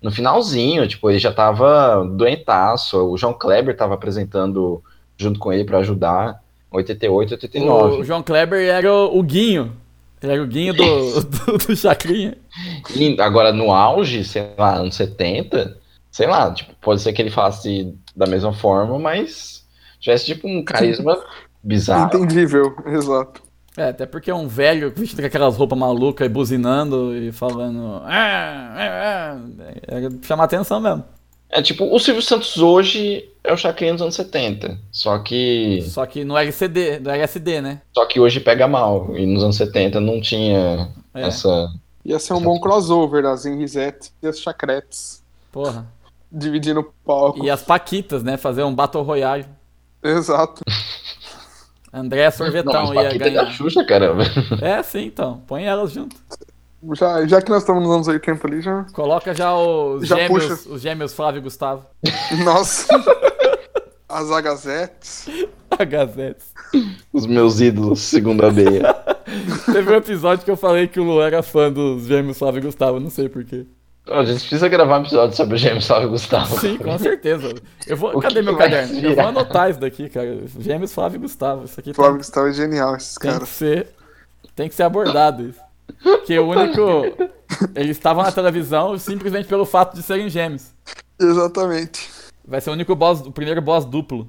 No finalzinho, tipo, ele já tava doentaço. O João Kleber tava apresentando junto com ele pra ajudar. 88, O 89. João Kleber era o, o Guinho. Ele era o Guinho do, do, do Chacrinha. E agora no auge, sei lá, anos 70, sei lá, tipo, pode ser que ele faça da mesma forma, mas tivesse tipo um carisma bizarro. Entendível, exato. É, até porque é um velho vestido com aquelas roupas malucas e buzinando e falando. "Ah, ah, ah", Era chamar atenção mesmo. É tipo, o Silvio Santos hoje é o Chacrinha dos anos 70. Só que. Só que no LCD, no LSD, né? Só que hoje pega mal. E nos anos 70 não tinha É. essa. Ia ser um bom crossover das Henrizettes e as Chacretes. Porra. Dividindo o palco. E as Paquitas, né? Fazer um Battle Royale. Exato. André não, Sorvetão mas ia Paquita é da ganhar. Xuxa, caramba. É, sim, então. Põe elas junto. Já, já que nós estamos nos anos 80 ali, já. Coloca já os Já gêmeos, puxa. os gêmeos Flávio e Gustavo. Nossa. As Agazettes. A Gazette. Os meus ídolos, segundo a Bia. Teve um episódio que eu falei que o Luan era fã dos gêmeos Flávio e Gustavo, não sei porquê. a gente precisa gravar um episódio sobre o Gêmeos Salve Gustavo. Sim, com certeza. Eu vou. O Cadê que meu que vai caderno? Eu virar? vou anotar isso daqui, cara. Gêmeos Flávio e Gustavo. Isso aqui Flávio tem, Gustavo é genial, esses tem caras. que ser. Tem que ser abordado isso. Que o único. Eles estavam na televisão simplesmente pelo fato de serem gêmeos. Exatamente. Vai ser o único boss, o primeiro boss duplo.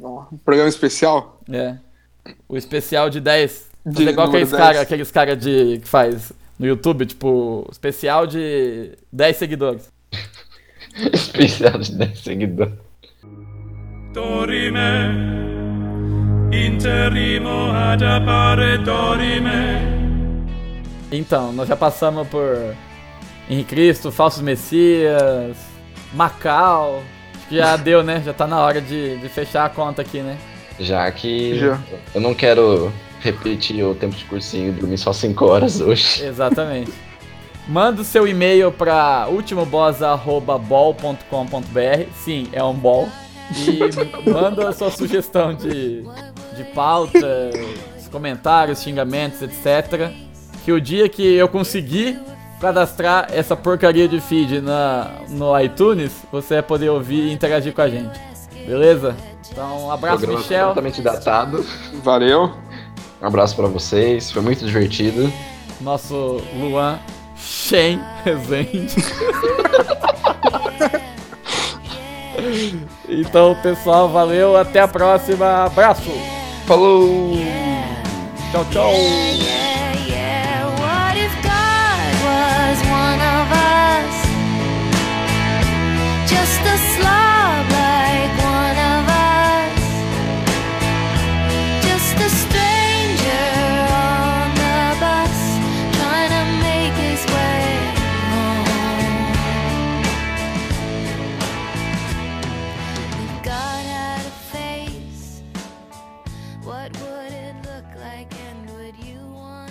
Ó, Um programa especial? É. O especial de 10. Fazer De igual número aqueles 10. caras aqueles cara de. que faz no YouTube, tipo, especial de 10 seguidores. Especial de 10 seguidores. Dorime, interrimo ad appare dorime, Então, nós já passamos por Henrique Cristo, Falsos Messias, Macau. Acho que Já deu, né? Já tá na hora de, de fechar a conta aqui, né? Já que Já. eu não quero repetir o tempo de cursinho e dormir só 5 horas hoje. Exatamente. Manda o seu e-mail para ultimoboss.bol.com.br. Sim, é um bol. E manda a sua sugestão de, de pauta, os comentários, xingamentos, etc. Que o dia que eu conseguir cadastrar essa porcaria de feed na, no iTunes, você vai poder ouvir e interagir com a gente. Beleza? Então, um abraço, Programa Michel. completamente datado. Valeu. Um abraço pra vocês, foi muito divertido. Nosso Luan Shen Rezende. então, pessoal, valeu. Até a próxima. Abraço. Falou! Tchau, tchau. yeah.